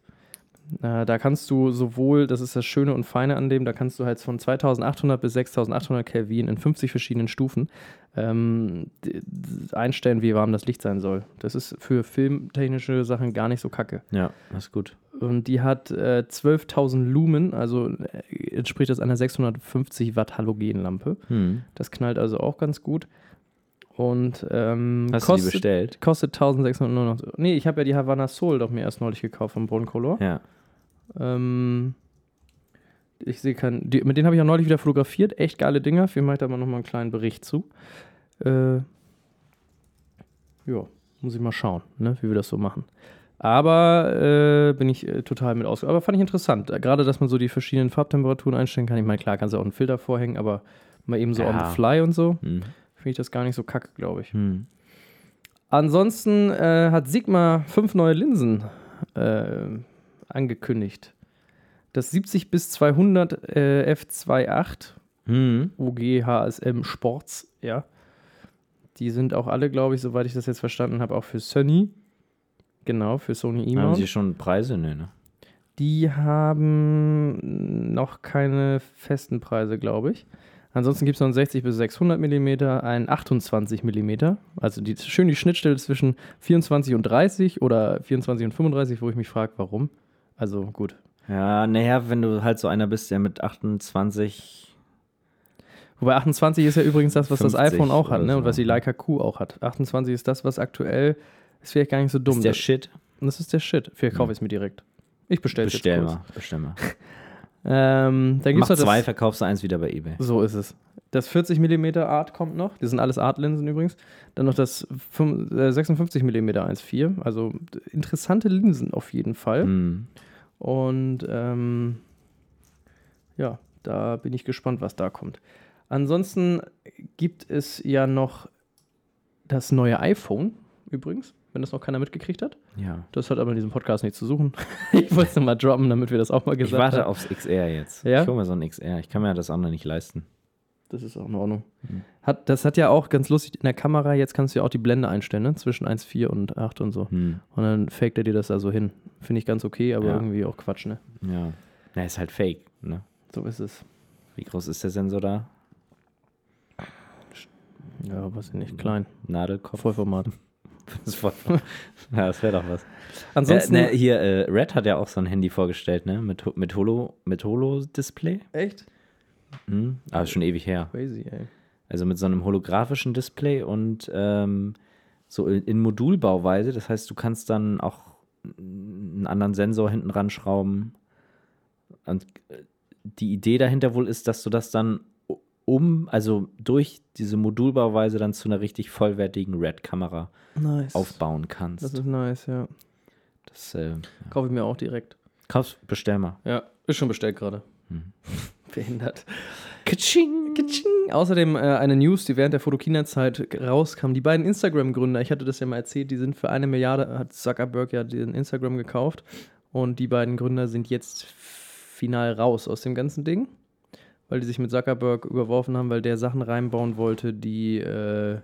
[SPEAKER 2] Äh, da kannst du sowohl, das ist das Schöne und Feine an dem, da kannst du halt von 2800 bis 6800 Kelvin in 50 verschiedenen Stufen ähm, d- d- einstellen, wie warm das Licht sein soll. Das ist für filmtechnische Sachen gar nicht so kacke.
[SPEAKER 1] Ja, das ist gut.
[SPEAKER 2] Und die hat äh, 12.000 Lumen, also äh, entspricht das einer 650 Watt Halogenlampe.
[SPEAKER 1] Hm.
[SPEAKER 2] Das knallt also auch ganz gut. Und ähm,
[SPEAKER 1] Hast du die
[SPEAKER 2] kostet,
[SPEAKER 1] bestellt?
[SPEAKER 2] kostet 1699 Euro. Nee, ich habe ja die Havana Soul doch mir erst neulich gekauft vom Broncolor.
[SPEAKER 1] Ja.
[SPEAKER 2] Ähm, ich sehe keinen. Die, mit denen habe ich auch neulich wieder fotografiert. Echt geile Dinger. Vielleicht mache ich da mal nochmal einen kleinen Bericht zu. Äh, ja, muss ich mal schauen, ne, wie wir das so machen. Aber äh, bin ich äh, total mit ausgegangen. Aber fand ich interessant. Äh, Gerade, dass man so die verschiedenen Farbtemperaturen einstellen kann. Ich meine, klar, kannst du auch einen Filter vorhängen, aber mal eben so on
[SPEAKER 1] Ja.
[SPEAKER 2] the fly und so.
[SPEAKER 1] Hm.
[SPEAKER 2] Finde ich das gar nicht so kacke, glaube ich.
[SPEAKER 1] Hm.
[SPEAKER 2] Ansonsten äh, hat Sigma fünf neue Linsen äh, angekündigt. Das 70 bis 200 äh, f2.8
[SPEAKER 1] Hm.
[SPEAKER 2] UG HSM Sports, ja. Die sind auch alle, glaube ich, soweit ich das jetzt verstanden habe, auch für Sony. Genau, für Sony
[SPEAKER 1] Haben
[SPEAKER 2] E-Mount.
[SPEAKER 1] sie schon Preise? Nee, ne?
[SPEAKER 2] Die haben noch keine festen Preise, glaube ich. Ansonsten gibt es noch einen 60 bis 600 mm, einen 28 mm. Also die, schön die Schnittstelle zwischen 24 und 30 oder 24 und 35, wo ich mich frage, warum. Also gut.
[SPEAKER 1] Ja, naja, wenn du halt so einer bist, der mit 28.
[SPEAKER 2] Wobei 28 ist ja übrigens das, was das
[SPEAKER 1] 50
[SPEAKER 2] iPhone auch hat,
[SPEAKER 1] oder
[SPEAKER 2] ne? Und
[SPEAKER 1] so.
[SPEAKER 2] was die Leica Q auch hat. 28 ist das, was aktuell ist vielleicht gar nicht so dumm.
[SPEAKER 1] ist der
[SPEAKER 2] Das-
[SPEAKER 1] Shit.
[SPEAKER 2] das ist der Shit. Vielleicht kaufe ich es mir direkt. Ich bestelle es jetzt
[SPEAKER 1] Bestell
[SPEAKER 2] kurz.
[SPEAKER 1] mal. Bestell mal.
[SPEAKER 2] Ähm, dann
[SPEAKER 1] Mach
[SPEAKER 2] gibt's noch das-
[SPEAKER 1] zwei, verkaufst du eins wieder bei eBay.
[SPEAKER 2] So ist es. Das 40 mm Art kommt noch. Das sind alles Art-Linsen übrigens. Dann noch das fünf- äh, 56 mm 1.4. Also d- interessante Linsen auf jeden Fall.
[SPEAKER 1] Hm.
[SPEAKER 2] Und ähm, ja, da bin ich gespannt, was da kommt. Ansonsten gibt es ja noch das neue iPhone übrigens, wenn das noch keiner mitgekriegt hat.
[SPEAKER 1] Ja.
[SPEAKER 2] Das hat aber in diesem Podcast nichts zu suchen. ich wollte es nur mal droppen, damit wir das auch mal
[SPEAKER 1] Ich
[SPEAKER 2] gesagt
[SPEAKER 1] warte
[SPEAKER 2] haben.
[SPEAKER 1] aufs XR jetzt.
[SPEAKER 2] Ja?
[SPEAKER 1] Ich hole mir so ein XR. Ich kann mir das andere nicht leisten.
[SPEAKER 2] Das ist auch in Ordnung. Mhm. Hat, das hat ja auch ganz lustig in der Kamera, jetzt kannst du ja auch die Blende einstellen, ne? zwischen 1,4 und 8 und so.
[SPEAKER 1] Hm.
[SPEAKER 2] Und dann faked er dir das also hin. Finde ich ganz okay, aber
[SPEAKER 1] Ja.
[SPEAKER 2] irgendwie auch Quatsch, ne?
[SPEAKER 1] Ja. Na, ist halt fake, ne?
[SPEAKER 2] So ist es.
[SPEAKER 1] Wie groß ist der Sensor da?
[SPEAKER 2] Ja, weiß ich nicht, klein.
[SPEAKER 1] Nadelkopf?
[SPEAKER 2] Vollformat.
[SPEAKER 1] Das ist voll. ja, das wäre doch was.
[SPEAKER 2] Ansonsten.
[SPEAKER 1] Äh, ne, hier, äh, Red hat ja auch so ein Handy vorgestellt, ne? Mit, Ho- mit Holo- mit Holo-Display.
[SPEAKER 2] echt?
[SPEAKER 1] Hm? Ah, ist schon ewig her.
[SPEAKER 2] Crazy, ey.
[SPEAKER 1] Also mit so einem holografischen Display und ähm, so in, in Modulbauweise. Das heißt, du kannst dann auch einen anderen Sensor hinten ranschrauben. Und äh, die Idee dahinter wohl ist, dass du das dann u- um, also durch diese Modulbauweise dann zu einer richtig vollwertigen Red-Kamera
[SPEAKER 2] Nice.
[SPEAKER 1] aufbauen
[SPEAKER 2] Das
[SPEAKER 1] kannst.
[SPEAKER 2] ist nice, ja.
[SPEAKER 1] Das, äh,
[SPEAKER 2] Kaufe ich mir auch direkt.
[SPEAKER 1] kaufst, bestell mal.
[SPEAKER 2] Ja, ist schon bestellt gerade.
[SPEAKER 1] Mhm.
[SPEAKER 2] Behindert.
[SPEAKER 1] Kitsching.
[SPEAKER 2] Kitsching. Außerdem äh, eine News, die während der Fotokina-Zeit rauskam. Die beiden Instagram-Gründer, ich hatte das ja mal erzählt, die sind für eine Milliarde, hat Zuckerberg ja den Instagram gekauft. Und die beiden Gründer sind jetzt final raus aus dem ganzen Ding, weil die sich mit Zuckerberg überworfen haben, weil der Sachen reinbauen wollte, die, äh,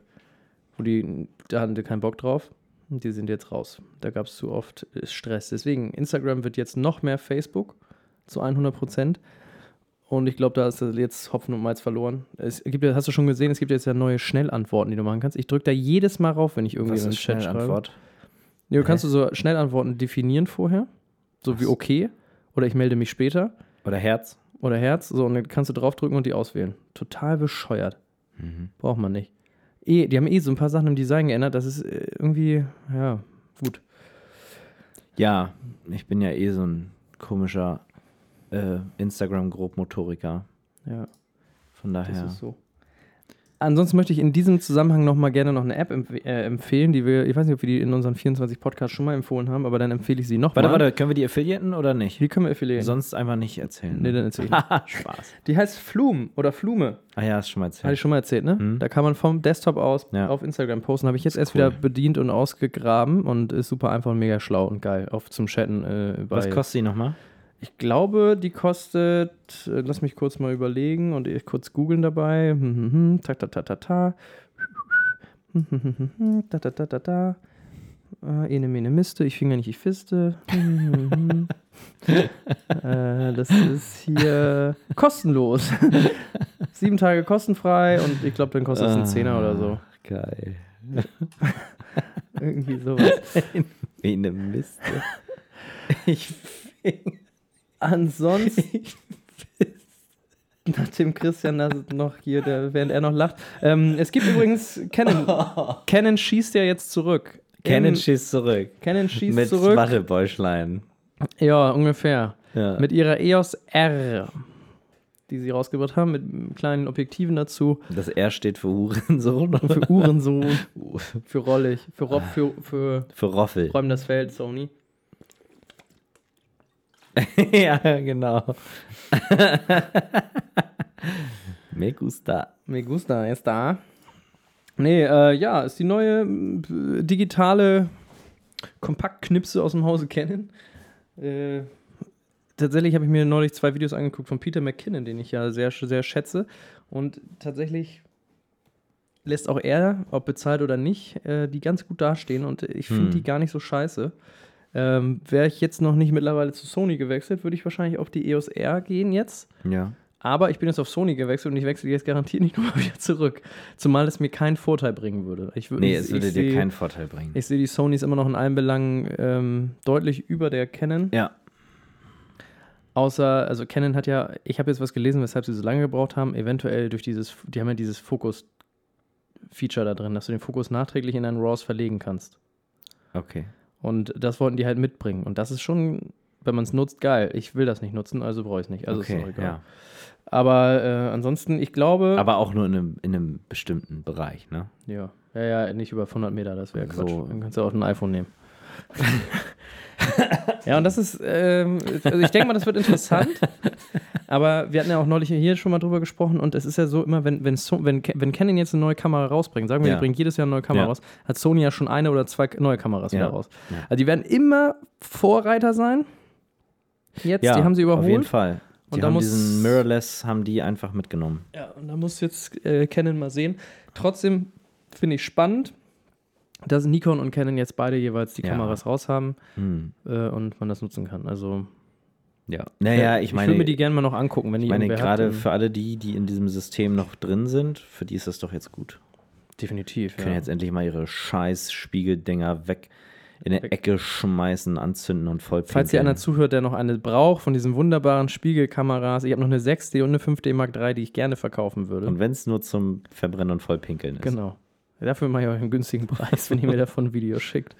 [SPEAKER 2] wo die, da hatten die keinen Bock drauf. Und die sind jetzt raus. Da gab es zu oft äh, Stress. Deswegen, Instagram wird jetzt noch mehr Facebook zu 100 Prozent. Und ich glaube, da ist jetzt Hopfen und Malz verloren. Es gibt, ja- hast du schon gesehen, es gibt jetzt ja neue Schnellantworten, die du machen kannst. Ich drücke da jedes Mal rauf, wenn ich irgendwie
[SPEAKER 1] Was
[SPEAKER 2] in den
[SPEAKER 1] ist
[SPEAKER 2] Chat
[SPEAKER 1] schnell
[SPEAKER 2] schreibe.
[SPEAKER 1] Antwort?
[SPEAKER 2] Ja, du
[SPEAKER 1] Hä?
[SPEAKER 2] kannst du so Schnellantworten definieren vorher, so wie
[SPEAKER 1] Was?
[SPEAKER 2] okay oder ich melde mich später
[SPEAKER 1] Oder Herz?
[SPEAKER 2] oder Herz, so und dann kannst du draufdrücken und die auswählen. Total bescheuert.
[SPEAKER 1] Mhm.
[SPEAKER 2] Braucht man nicht. Eh, die haben eh so ein paar Sachen im Design geändert, das ist äh, irgendwie, ja, gut.
[SPEAKER 1] Ja, ich bin ja eh so ein komischer äh, Instagram-Grobmotoriker.
[SPEAKER 2] Ja,
[SPEAKER 1] Von
[SPEAKER 2] das
[SPEAKER 1] daher.
[SPEAKER 2] ist so. Ansonsten möchte ich in diesem Zusammenhang nochmal gerne noch eine App empf äh, empfehlen, die wir, ich weiß nicht, ob wir die in unseren 24 Podcasts schon mal empfohlen haben, aber dann empfehle ich sie nochmal.
[SPEAKER 1] warte, warte, können wir die Affiliaten oder nicht?
[SPEAKER 2] Hier können wir affiliieren.
[SPEAKER 1] Sonst einfach nicht erzählen.
[SPEAKER 2] nee,
[SPEAKER 1] ne?
[SPEAKER 2] dann erzähl ich.
[SPEAKER 1] Haha, Spaß.
[SPEAKER 2] Die heißt Flume oder Flume.
[SPEAKER 1] Ah ja, ist schon mal
[SPEAKER 2] Hatte
[SPEAKER 1] erzählt.
[SPEAKER 2] ich schon mal erzählt, ne?
[SPEAKER 1] Mhm.
[SPEAKER 2] Da kann man vom Desktop aus
[SPEAKER 1] Ja.
[SPEAKER 2] auf Instagram posten. Habe ich jetzt erst
[SPEAKER 1] cool.
[SPEAKER 2] wieder bedient und ausgegraben und ist super einfach und mega schlau und geil. Auf zum Chatten. Äh, bei.
[SPEAKER 1] Was kostet die nochmal?
[SPEAKER 2] Ich glaube, die kostet, äh, lass mich kurz mal überlegen und ich kurz googeln dabei. Hm, hm, hm, ta, ta, ta, ta, ta. Hm, Da, da, da, da, da. Äh, ene, mene, miste, ich finger nicht, ich fiste. Hm, äh, das ist hier kostenlos. Sieben Tage kostenfrei und ich glaube, dann kostet es einen Zehner oder so.
[SPEAKER 1] Ach, Ah, Geil.
[SPEAKER 2] Irgendwie sowas.
[SPEAKER 1] Wie eine Mist.
[SPEAKER 2] Ähm,
[SPEAKER 1] Ich fing.
[SPEAKER 2] Ansonsten. Nachdem Christian das noch hier, der, während er noch lacht. Ähm, es gibt übrigens Canon. Canon schießt ja jetzt zurück.
[SPEAKER 1] Cannon
[SPEAKER 2] Im-
[SPEAKER 1] schießt zurück.
[SPEAKER 2] Canon schießt
[SPEAKER 1] Mit
[SPEAKER 2] zurück.
[SPEAKER 1] Wattebäuschlein.
[SPEAKER 2] Ja, ungefähr.
[SPEAKER 1] Ja.
[SPEAKER 2] Mit ihrer EOS R, die sie rausgebracht haben, mit kleinen Objektiven dazu.
[SPEAKER 1] Das R steht für Hurensohn und
[SPEAKER 2] Für Uhrensohn, für Rollig, für Rob, für, für
[SPEAKER 1] für Roffel.
[SPEAKER 2] Räum das Feld, Sony.
[SPEAKER 1] ja, genau. Me gusta.
[SPEAKER 2] Me gusta, ist da. Nee, äh, ja, ist die neue mh, digitale Kompaktknipse aus dem Hause Canon. Äh, tatsächlich habe ich mir neulich zwei Videos angeguckt von Peter McKinnon, den ich ja sehr, sehr schätze. Und tatsächlich lässt auch er, ob bezahlt oder nicht, äh, die ganz gut dastehen. Und ich finde
[SPEAKER 1] Hm.
[SPEAKER 2] die gar nicht so scheiße. Ähm, Wäre ich jetzt noch nicht mittlerweile zu Sony gewechselt, würde ich wahrscheinlich auf die EOS R gehen jetzt.
[SPEAKER 1] Ja.
[SPEAKER 2] Aber ich bin jetzt auf Sony gewechselt und ich wechsle jetzt garantiert nicht nochmal wieder zurück. Zumal es mir keinen Vorteil bringen würde. Ich, wür-
[SPEAKER 1] Nee,
[SPEAKER 2] ich,
[SPEAKER 1] es würde
[SPEAKER 2] ich
[SPEAKER 1] dir
[SPEAKER 2] sehe-
[SPEAKER 1] keinen Vorteil bringen.
[SPEAKER 2] Ich sehe die Sonys immer noch in allen Belangen ähm, deutlich über der Canon.
[SPEAKER 1] ja.
[SPEAKER 2] Außer, also Canon hat ja, ich habe jetzt was gelesen, weshalb sie so lange gebraucht haben. Eventuell durch dieses, die haben ja dieses Fokus-Feature da drin, dass du den Fokus nachträglich in deinen RAWs verlegen kannst.
[SPEAKER 1] Okay.
[SPEAKER 2] Und das wollten die halt mitbringen. Und das ist schon, wenn man es nutzt, geil. Ich will das nicht nutzen, also brauche ich es nicht. Also
[SPEAKER 1] okay.
[SPEAKER 2] ist auch egal.
[SPEAKER 1] ja.
[SPEAKER 2] Aber äh, ansonsten, ich glaube.
[SPEAKER 1] Aber auch nur in einem, in einem bestimmten Bereich, ne?
[SPEAKER 2] Ja, ja, ja, nicht über 500 Meter, das wäre Quatsch.
[SPEAKER 1] So.
[SPEAKER 2] Dann kannst du auch ein iPhone nehmen. ja, und das ist, ähm, also ich denke mal, das wird interessant. Aber wir hatten ja auch neulich hier schon mal drüber gesprochen und es ist ja so immer, wenn, wenn, so wenn, Ca- wenn Canon jetzt eine neue Kamera rausbringt, sagen wir,
[SPEAKER 1] Ja.
[SPEAKER 2] die bringt jedes Jahr eine neue Kamera
[SPEAKER 1] Ja.
[SPEAKER 2] raus, hat Sony ja schon eine oder zwei neue Kameras
[SPEAKER 1] Ja.
[SPEAKER 2] wieder raus.
[SPEAKER 1] Ja.
[SPEAKER 2] Also die werden immer Vorreiter sein. Jetzt, die haben sie überholt.
[SPEAKER 1] Auf jeden Fall. Die
[SPEAKER 2] Und da
[SPEAKER 1] haben
[SPEAKER 2] muss-
[SPEAKER 1] diesen Mirrorless haben die einfach mitgenommen.
[SPEAKER 2] Ja, und da muss jetzt äh, Canon mal sehen. Trotzdem finde ich spannend, dass Nikon und Canon jetzt beide jeweils die
[SPEAKER 1] Ja.
[SPEAKER 2] Kameras raus haben
[SPEAKER 1] Hm.
[SPEAKER 2] äh, und man das nutzen kann. Also,
[SPEAKER 1] Ja. Naja, ich meine,
[SPEAKER 2] ich will mir die
[SPEAKER 1] ich
[SPEAKER 2] gerne mal noch angucken, wenn die
[SPEAKER 1] meine
[SPEAKER 2] irgendwer
[SPEAKER 1] gerade
[SPEAKER 2] hat, dann-
[SPEAKER 1] für alle die, die in diesem System noch drin sind, für die ist das doch jetzt gut.
[SPEAKER 2] definitiv.
[SPEAKER 1] Die können
[SPEAKER 2] Ja.
[SPEAKER 1] jetzt endlich mal ihre scheiß Spiegeldinger weg in der
[SPEAKER 2] Weg.
[SPEAKER 1] Ecke schmeißen, anzünden und voll
[SPEAKER 2] Falls hier einer zuhört, der noch eine braucht von diesen wunderbaren Spiegelkameras, ich habe noch eine 6D und eine 5D Mark III, die ich gerne verkaufen würde.
[SPEAKER 1] Und wenn es nur zum Verbrennen und Vollpinkeln ist.
[SPEAKER 2] genau. Dafür mache ich euch einen günstigen Preis, wenn ihr mir davon ein Video schickt.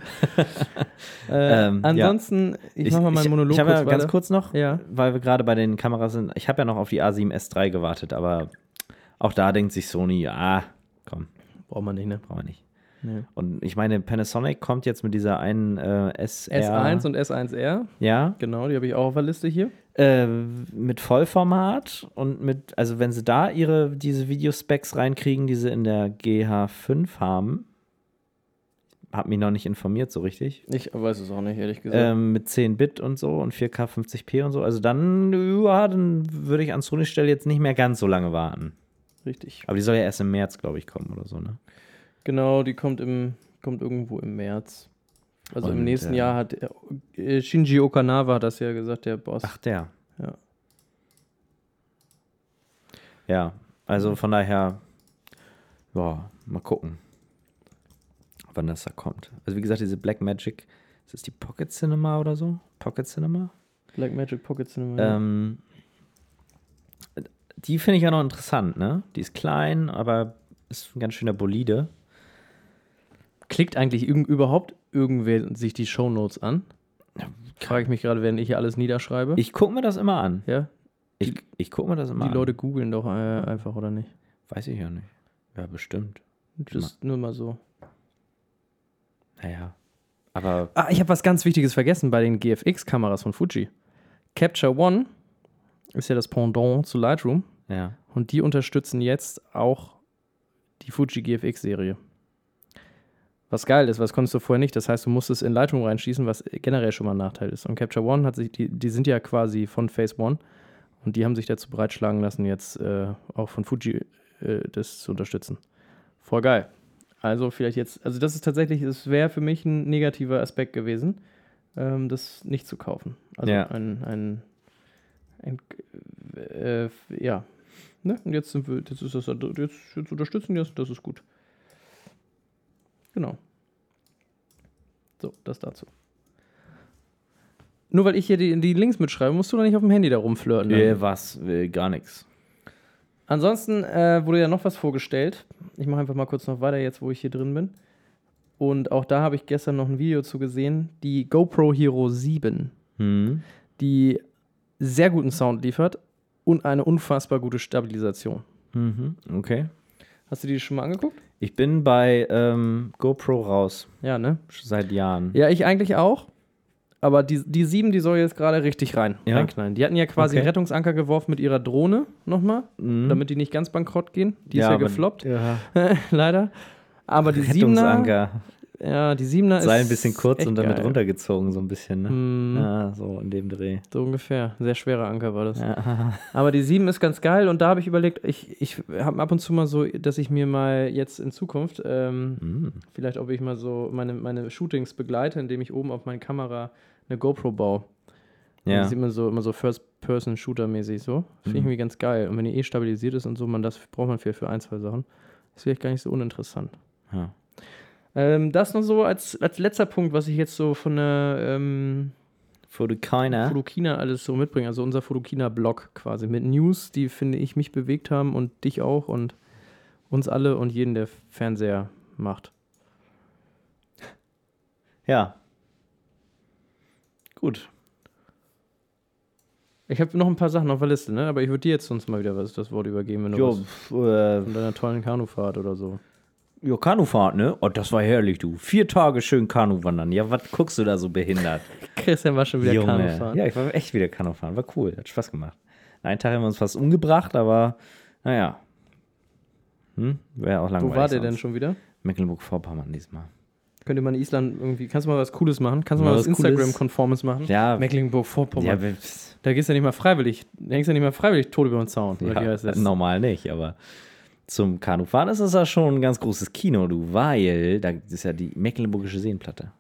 [SPEAKER 2] äh,
[SPEAKER 1] Ähm, ja.
[SPEAKER 2] ansonsten, ich, mache mal meinen Monolog
[SPEAKER 1] Ich habe ja
[SPEAKER 2] kurz
[SPEAKER 1] ganz
[SPEAKER 2] weiter.
[SPEAKER 1] kurz noch,
[SPEAKER 2] Ja.
[SPEAKER 1] weil wir gerade bei den Kameras sind, ich habe ja noch auf die A7S3 gewartet, aber auch da denkt sich Sony, ah, komm,
[SPEAKER 2] Braucht man nicht, ne?
[SPEAKER 1] brauchen wir nicht.
[SPEAKER 2] Nee.
[SPEAKER 1] Und ich meine, Panasonic kommt jetzt mit dieser einen äh, SR,
[SPEAKER 2] S1 und S1R,
[SPEAKER 1] ja,
[SPEAKER 2] genau, die habe ich auch auf der Liste hier.
[SPEAKER 1] äh, mit Vollformat und mit, also wenn sie da ihre, diese Videospecs reinkriegen, die sie in der GH5 haben, hab mich noch nicht informiert so richtig,
[SPEAKER 2] Ich weiß es auch nicht, ehrlich
[SPEAKER 1] ähm, mit 10 Bit und so und 4K 50p und so. Also dann, ja, dann würde ich an Sony Stelle jetzt nicht mehr ganz so lange warten.
[SPEAKER 2] Richtig.
[SPEAKER 1] Aber die soll ja erst im März, glaube ich, kommen oder so, ne?
[SPEAKER 2] Genau, die kommt, im, kommt irgendwo im März. Also
[SPEAKER 1] Und,
[SPEAKER 2] im nächsten
[SPEAKER 1] äh,
[SPEAKER 2] Jahr hat äh, Shinji Okanawa hat das ja gesagt, der Boss.
[SPEAKER 1] Ach, der.
[SPEAKER 2] Ja.
[SPEAKER 1] Ja, also von daher, ja, mal gucken, wann das da kommt. Also wie gesagt, diese Black Magic, ist das die Pocket Cinema oder so? Pocket Cinema?
[SPEAKER 2] Black Magic Pocket Cinema.
[SPEAKER 1] Ähm, die finde ich ja noch interessant, ne? Die ist klein, aber ist ein ganz schöner Bolide.
[SPEAKER 2] Klickt eigentlich irgend, überhaupt irgendwer sich die Shownotes an? Frage ich mich gerade, während ich hier alles niederschreibe.
[SPEAKER 1] Ich gucke mir das immer an.
[SPEAKER 2] ja,
[SPEAKER 1] Ich, ich gucke mir das immer
[SPEAKER 2] die
[SPEAKER 1] an.
[SPEAKER 2] Leute googeln doch äh, einfach, oder nicht?
[SPEAKER 1] Weiß ich ja nicht. Ja, bestimmt.
[SPEAKER 2] Just nur mal so.
[SPEAKER 1] Naja. Aber
[SPEAKER 2] Ah, ich habe was ganz Wichtiges vergessen bei den GFX-Kameras von Fuji. Capture One ist ja das Pendant zu Lightroom
[SPEAKER 1] ja.
[SPEAKER 2] und die unterstützen jetzt auch die Fuji GFX-Serie. Was geil ist, was konntest du vorher nicht. Das heißt, du musstest in Lightroom reinschießen, was generell schon mal ein Nachteil ist. Und Capture One hat sich, die, die sind ja quasi von Phase One und die haben sich dazu breitschlagen lassen, jetzt äh, auch von Fuji äh, das zu unterstützen. Voll geil. Also vielleicht jetzt, also das ist tatsächlich, es wäre für mich ein negativer Aspekt gewesen, ähm, das nicht zu kaufen. Also
[SPEAKER 1] Ja.
[SPEAKER 2] ein, ein, ein äh, ja. Ne? Und jetzt sind wir, jetzt ist das, jetzt, jetzt unterstützen wir es, das ist gut. Genau. So, das dazu. Nur weil ich hier die, die Links mitschreibe, musst du doch nicht auf dem Handy da rumflirten. ne?
[SPEAKER 1] Äh, was? Äh, gar nichts.
[SPEAKER 2] Ansonsten äh, wurde ja noch was vorgestellt. Ich mache einfach mal kurz noch weiter, jetzt wo ich hier drin bin. Und auch da habe ich gestern noch ein Video zu gesehen. Die GoPro Hero 7,
[SPEAKER 1] Hm.
[SPEAKER 2] die sehr guten Sound liefert und eine unfassbar gute Stabilisation.
[SPEAKER 1] Mhm. Okay.
[SPEAKER 2] Hast du die schon mal angeguckt?
[SPEAKER 1] Ich bin bei ähm, GoPro raus.
[SPEAKER 2] Ja, ne?
[SPEAKER 1] Schon Seit Jahren.
[SPEAKER 2] Ja, ich eigentlich auch. Aber die, die 7, die soll jetzt gerade richtig rein.
[SPEAKER 1] Ja?
[SPEAKER 2] Reinknallen. Die hatten ja quasi
[SPEAKER 1] Okay.
[SPEAKER 2] einen Rettungsanker geworfen mit ihrer Drohne nochmal,
[SPEAKER 1] Mhm.
[SPEAKER 2] damit die nicht ganz bankrott gehen. Die ist ja
[SPEAKER 1] aber-
[SPEAKER 2] gefloppt,
[SPEAKER 1] Ja.
[SPEAKER 2] leider. Aber die 7er,
[SPEAKER 1] Rettungsanker.
[SPEAKER 2] Ja, die Siebener ist.
[SPEAKER 1] Seil ein bisschen kurz
[SPEAKER 2] echt
[SPEAKER 1] und damit
[SPEAKER 2] geil.
[SPEAKER 1] runtergezogen, so ein bisschen. Ne?
[SPEAKER 2] Mm,
[SPEAKER 1] Ja, so in dem Dreh.
[SPEAKER 2] So ungefähr. Sehr schwerer Anker war das.
[SPEAKER 1] Ja.
[SPEAKER 2] Aber die 7 ist ganz geil und da habe ich überlegt, ich, ich habe ab und zu mal so, dass ich mir mal jetzt in Zukunft, ähm,
[SPEAKER 1] Hm.
[SPEAKER 2] vielleicht ob ich mal so meine, meine Shootings begleite, indem ich oben auf meine Kamera eine GoPro baue. Ja.
[SPEAKER 1] ja.
[SPEAKER 2] Das sieht man so immer so First-Person-Shooter-mäßig so. Finde ich
[SPEAKER 1] Mhm.
[SPEAKER 2] irgendwie ganz geil. Und wenn die eh stabilisiert ist und so, man das braucht man vielleicht für ein, zwei Sachen. Ist vielleicht gar nicht so uninteressant.
[SPEAKER 1] Ja.
[SPEAKER 2] Ähm, das nur so als, als letzter Punkt, was ich jetzt so von der ähm,
[SPEAKER 1] Foto keiner.
[SPEAKER 2] Fotokina alles so mitbringen. Also unser Fotokina-Blog quasi mit News, die, finde ich, mich bewegt haben und dich auch und uns alle und jeden, der Fernseher macht.
[SPEAKER 1] Ja. Gut.
[SPEAKER 2] Ich habe noch ein paar Sachen auf der Liste, ne? aber ich würde dir jetzt sonst mal wieder was, das Wort übergeben, wenn du
[SPEAKER 1] Jo,
[SPEAKER 2] was
[SPEAKER 1] pf, äh,
[SPEAKER 2] von deiner tollen Kanufahrt oder so.
[SPEAKER 1] jo, Kanufahrt, ne? Oh, das war herrlich, du. Vier Tage schön Kanu wandern. Ja, was guckst du da so behindert?
[SPEAKER 2] Christian war schon wieder Kanufahren.
[SPEAKER 1] Ja, ich war echt wieder Kanufahren. War cool. Hat Spaß gemacht. Einen Tag haben wir uns fast umgebracht, aber naja. Hm? Wäre auch
[SPEAKER 2] Wo
[SPEAKER 1] langweilig.
[SPEAKER 2] war der denn
[SPEAKER 1] sonst.
[SPEAKER 2] schon wieder?
[SPEAKER 1] Mecklenburg-Vorpommern diesmal.
[SPEAKER 2] Könnte man in Island irgendwie, kannst du mal was Cooles machen? Kannst du
[SPEAKER 1] Mal
[SPEAKER 2] mal was
[SPEAKER 1] was Cooles?
[SPEAKER 2] Instagram-Konformes machen?
[SPEAKER 1] Ja,
[SPEAKER 2] Mecklenburg-Vorpommern.
[SPEAKER 1] ja, wir- pss,
[SPEAKER 2] da gehst du ja nicht mal freiwillig, hängst ja nicht mal freiwillig tot über den Zaun. oder wie heißt
[SPEAKER 1] ja
[SPEAKER 2] das?
[SPEAKER 1] normal nicht, aber zum Kanufahren ist das ja schon ein ganz großes Kino, du, weil da ist ja die Mecklenburgische Seenplatte.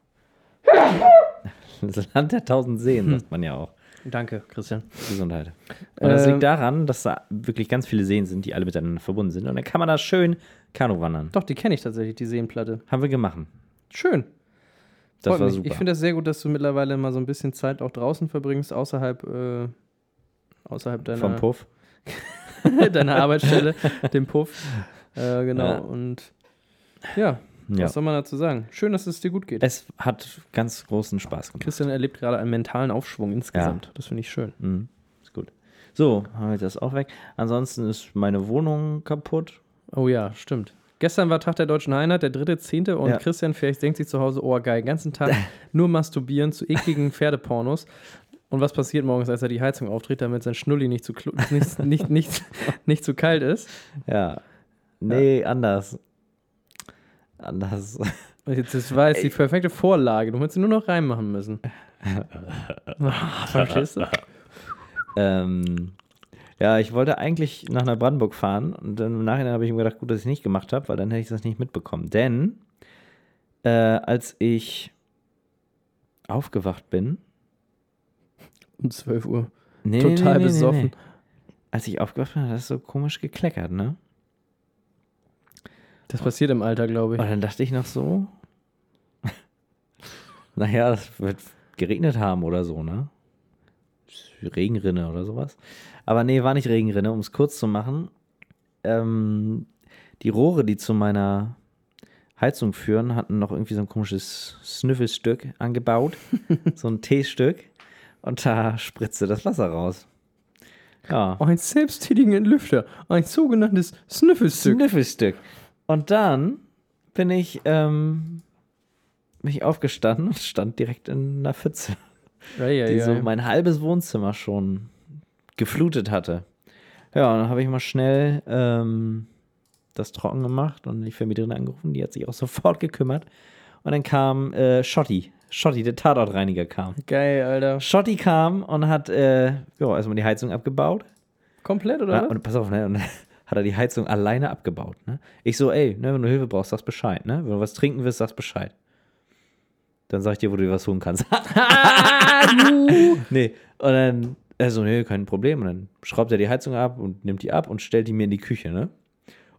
[SPEAKER 1] Das Land der tausend Seen,
[SPEAKER 2] Hm.
[SPEAKER 1] sagt man ja auch.
[SPEAKER 2] Danke, Christian.
[SPEAKER 1] Gesundheit. Und das
[SPEAKER 2] Ähm.
[SPEAKER 1] liegt daran, dass da wirklich ganz viele Seen sind, die alle miteinander verbunden sind. Und dann kann man da schön Kanu wandern.
[SPEAKER 2] Doch, die kenne ich tatsächlich, die Seenplatte.
[SPEAKER 1] Haben wir gemacht.
[SPEAKER 2] Schön.
[SPEAKER 1] Das
[SPEAKER 2] Freut
[SPEAKER 1] war
[SPEAKER 2] mich.
[SPEAKER 1] super.
[SPEAKER 2] Ich finde das sehr gut, dass du mittlerweile mal so ein bisschen Zeit auch draußen verbringst, außerhalb, äh, außerhalb
[SPEAKER 1] Vom
[SPEAKER 2] deiner,
[SPEAKER 1] Puff.
[SPEAKER 2] deiner Arbeitsstelle, dem Puff. Äh, genau.
[SPEAKER 1] Ja.
[SPEAKER 2] Und ja,
[SPEAKER 1] Ja.
[SPEAKER 2] was soll man dazu sagen? Schön, dass es dir gut geht.
[SPEAKER 1] Es hat ganz großen Spaß gemacht.
[SPEAKER 2] Christian erlebt gerade einen mentalen Aufschwung insgesamt. Das finde ich schön.
[SPEAKER 1] Mhm. Ist gut. So, haben wir das auch weg. Ansonsten ist meine Wohnung kaputt.
[SPEAKER 2] Oh ja, stimmt. Gestern war Tag der Deutschen Einheit, der dritte, zehnte und
[SPEAKER 1] Ja.
[SPEAKER 2] Christian vielleicht denkt sich zu Hause, oh geil, den ganzen Tag nur masturbieren zu ekligen Pferdepornos. Und was passiert morgens, als er die Heizung auftritt, damit sein Schnulli nicht zu, klu- nicht, nicht, nicht, nicht zu kalt ist?
[SPEAKER 1] Ja. Nee, anders. Anders.
[SPEAKER 2] Und jetzt ist, war jetzt die perfekte Vorlage. Du hättest sie nur noch reinmachen müssen. Verstehst du?
[SPEAKER 1] ähm, ja, ich wollte eigentlich nach einer Brandenburg fahren und dann im Nachhinein habe ich mir gedacht, gut, dass ich nicht gemacht habe, weil dann hätte ich das nicht mitbekommen. Denn äh, als ich aufgewacht bin,
[SPEAKER 2] Um 12 Uhr.
[SPEAKER 1] Nee,
[SPEAKER 2] Total besoffen.
[SPEAKER 1] Als ich aufgewacht bin, hat das so komisch gekleckert, ne?
[SPEAKER 2] Das passiert im Alter, glaube ich.
[SPEAKER 1] Und dann dachte ich noch so, naja, das wird geregnet haben oder so, ne? Regenrinne oder sowas. Aber nee, war nicht Regenrinne, um es kurz zu machen. Ähm, die Rohre, die zu meiner Heizung führen, hatten noch irgendwie so ein komisches Snüffelstück angebaut. so ein T-Stück. Und da spritzte das Wasser raus. Ja.
[SPEAKER 2] Ein selbsttätigen Entlüfter. Ein sogenanntes Snüffelstück.
[SPEAKER 1] Schnüffelstück. Und dann bin ich, ähm, bin ich aufgestanden und stand direkt in einer Pfütze,
[SPEAKER 2] Ja, ja,
[SPEAKER 1] die so mein halbes Wohnzimmer schon geflutet hatte. Ja, und dann habe ich mal schnell ähm, das trocken gemacht und die Vermieterin angerufen, die hat sich auch sofort gekümmert. Und dann kam äh, Schotti. Schotti, der Tatortreiniger kam.
[SPEAKER 2] Geil, Alter.
[SPEAKER 1] Schotti kam und hat äh, ja, erstmal die Heizung abgebaut.
[SPEAKER 2] Komplett, oder?
[SPEAKER 1] Ja,
[SPEAKER 2] was?
[SPEAKER 1] und pass auf, ne? Und hat er die Heizung alleine abgebaut. Ne? Ich so, ey, ne, wenn du Hilfe brauchst, sagst Bescheid. Ne? Wenn du was trinken willst, sagst Bescheid. Dann sag ich dir, wo du dir was holen kannst. nee, und dann, also, nee, kein Problem. Und dann schraubt er die Heizung ab und nimmt die ab und stellt die mir in die Küche, ne?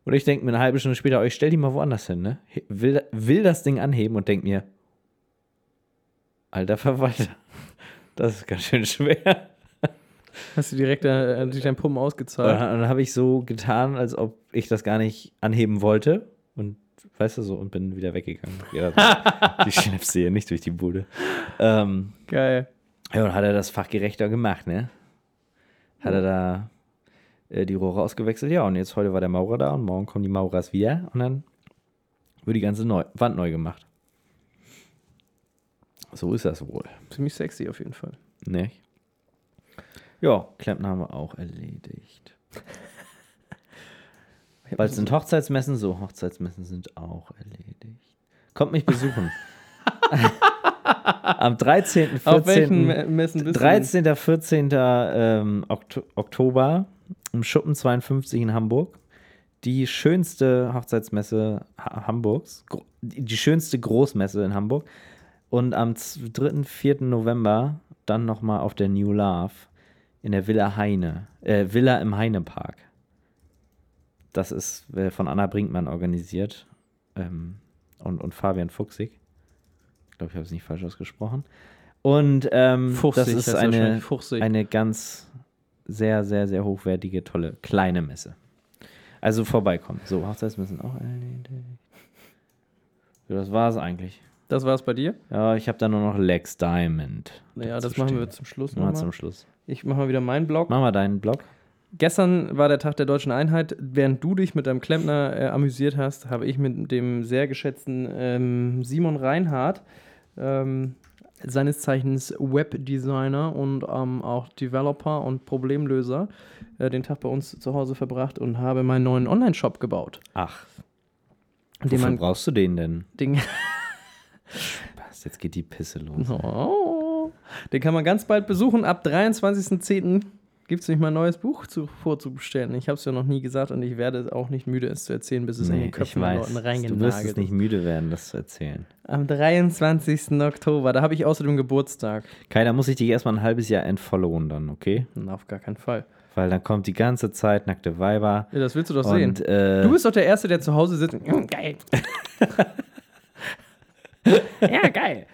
[SPEAKER 1] Und ich denke mir eine halbe Stunde später, oh, ich stell die mal woanders hin, ne? Will, will das Ding anheben und denk mir, alter Verwalter, das ist ganz schön schwer.
[SPEAKER 2] Hast du direkt äh, durch deinen Pumpen
[SPEAKER 1] Und
[SPEAKER 2] ausgezahlt?
[SPEAKER 1] dann, dann habe ich so getan, als ob ich das gar nicht anheben wollte. Und weißt du so, und bin wieder weggegangen. Ja, die Schnäpse hier nicht durch die Bude. Ähm,
[SPEAKER 2] Geil.
[SPEAKER 1] ja, und hat er das fachgerechter gemacht, ne? Hat er da äh, die Rohre ausgewechselt? Ja, und jetzt heute war der Maurer da und morgen kommen die Maurers wieder und dann wird die ganze neu, Wand neu gemacht. So ist das wohl.
[SPEAKER 2] Ziemlich sexy auf jeden Fall.
[SPEAKER 1] Nicht? Ja, Klempner haben wir auch erledigt. Bald sind Hochzeitsmessen, so Hochzeitsmessen sind auch erledigt. Kommt mich besuchen. Am 13.
[SPEAKER 2] Auf
[SPEAKER 1] 14.
[SPEAKER 2] welchen Me- Messen bist
[SPEAKER 1] 13. 14. Ähm, Okt Oktober im Schuppen 52 in Hamburg. Die schönste Hochzeitsmesse ha Hamburgs, gro- die die schönste Großmesse in Hamburg. Und am z- 3. 4. November dann nochmal auf der New Love in der Villa Heine, äh, Villa im Heinepark. Das ist äh, von Anna Brinkmann organisiert ähm, und, und Fabian Fuchsig. Ich glaube, ich habe es nicht falsch ausgesprochen. Und ähm,
[SPEAKER 2] du?
[SPEAKER 1] das
[SPEAKER 2] Fuchsig,
[SPEAKER 1] ist
[SPEAKER 2] heißt
[SPEAKER 1] eine,
[SPEAKER 2] wahrscheinlich Fuchsig.
[SPEAKER 1] eine ganz sehr, sehr, sehr hochwertige, tolle, kleine Messe. Also vorbeikommen. So, Hochzeitsmessen auch erledigt. So, das war es eigentlich.
[SPEAKER 2] Das war's bei dir?
[SPEAKER 1] Ja, ich habe da nur noch Lex Diamond.
[SPEAKER 2] Naja,
[SPEAKER 1] dazu
[SPEAKER 2] das machen
[SPEAKER 1] stehen.
[SPEAKER 2] wir zum Schluss
[SPEAKER 1] Mal
[SPEAKER 2] nochmal.
[SPEAKER 1] zum Schluss.
[SPEAKER 2] Ich mache mal wieder meinen Blog.
[SPEAKER 1] Machen wir deinen Blog.
[SPEAKER 2] Gestern war der Tag der Deutschen Einheit. Während du dich mit deinem Klempner äh, amüsiert hast, habe ich mit dem sehr geschätzten ähm, Simon Reinhardt, ähm, seines Zeichens Webdesigner und ähm, auch Developer und Problemlöser, äh, den Tag bei uns zu Hause verbracht und habe meinen neuen Online-Shop gebaut.
[SPEAKER 1] Ach,
[SPEAKER 2] Den
[SPEAKER 1] wofür
[SPEAKER 2] man.
[SPEAKER 1] brauchst du den denn?
[SPEAKER 2] Den,
[SPEAKER 1] Passt, jetzt geht die Pisse los.
[SPEAKER 2] oh, den kann man ganz bald besuchen. Ab 23.10. gibt es nämlich mein neues Buch zu, vorzubestellen. Ich habe es ja noch nie gesagt und ich werde auch nicht müde, es zu erzählen, bis es in den Köpfen der
[SPEAKER 1] Du
[SPEAKER 2] Leuten
[SPEAKER 1] wirst es
[SPEAKER 2] reingenagelt
[SPEAKER 1] nicht
[SPEAKER 2] ist.
[SPEAKER 1] müde werden, das zu erzählen.
[SPEAKER 2] Am 23. Oktober, da habe ich außerdem Geburtstag.
[SPEAKER 1] Kai, da muss ich dich erstmal ein halbes Jahr entfollowen dann, okay?
[SPEAKER 2] Na, Hm, auf gar keinen Fall.
[SPEAKER 1] Weil dann kommt die ganze Zeit nackte Weiber.
[SPEAKER 2] Ja, das willst du doch
[SPEAKER 1] Und
[SPEAKER 2] sehen.
[SPEAKER 1] äh,
[SPEAKER 2] Du bist doch der Erste, der zu Hause sitzt. und, "Mm, Geil. ja, geil.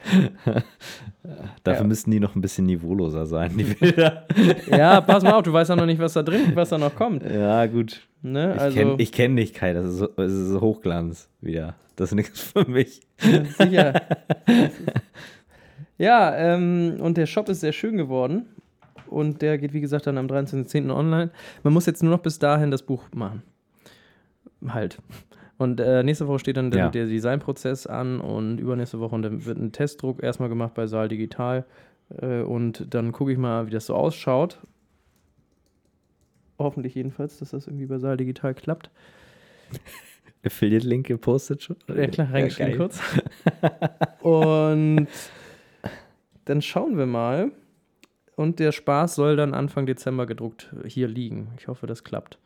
[SPEAKER 1] dafür
[SPEAKER 2] ja.
[SPEAKER 1] müssten die noch ein bisschen niveauloser sein, die Bilder.
[SPEAKER 2] Ja, pass mal auf, du weißt ja noch nicht, was da drin, was da noch kommt.
[SPEAKER 1] ja, gut.
[SPEAKER 2] Ne?
[SPEAKER 1] Ich
[SPEAKER 2] Also,
[SPEAKER 1] kenne kenn dich, Kai. Das ist, so- das ist so Hochglanz wieder. Das ist nichts für mich.
[SPEAKER 2] Sicher. ja, ähm, und der Shop ist sehr schön geworden. Und der geht, wie gesagt, dann am 23.10. online. Man muss jetzt nur noch bis dahin das Buch machen. Halt. Und äh, nächste Woche steht dann der,
[SPEAKER 1] Ja.
[SPEAKER 2] der Designprozess an und übernächste Woche und dann wird ein Testdruck erstmal gemacht bei Saal Digital. Äh, und dann gucke ich mal, wie das so ausschaut. Hoffentlich jedenfalls, dass das irgendwie bei Saal Digital klappt.
[SPEAKER 1] Affiliate-Link gepostet schon?
[SPEAKER 2] Ja, klar, reingeschrieben
[SPEAKER 1] Äh, geil.
[SPEAKER 2] kurz. Und dann schauen wir mal. Und der Spaß soll dann Anfang Dezember gedruckt hier liegen. Ich hoffe, das klappt.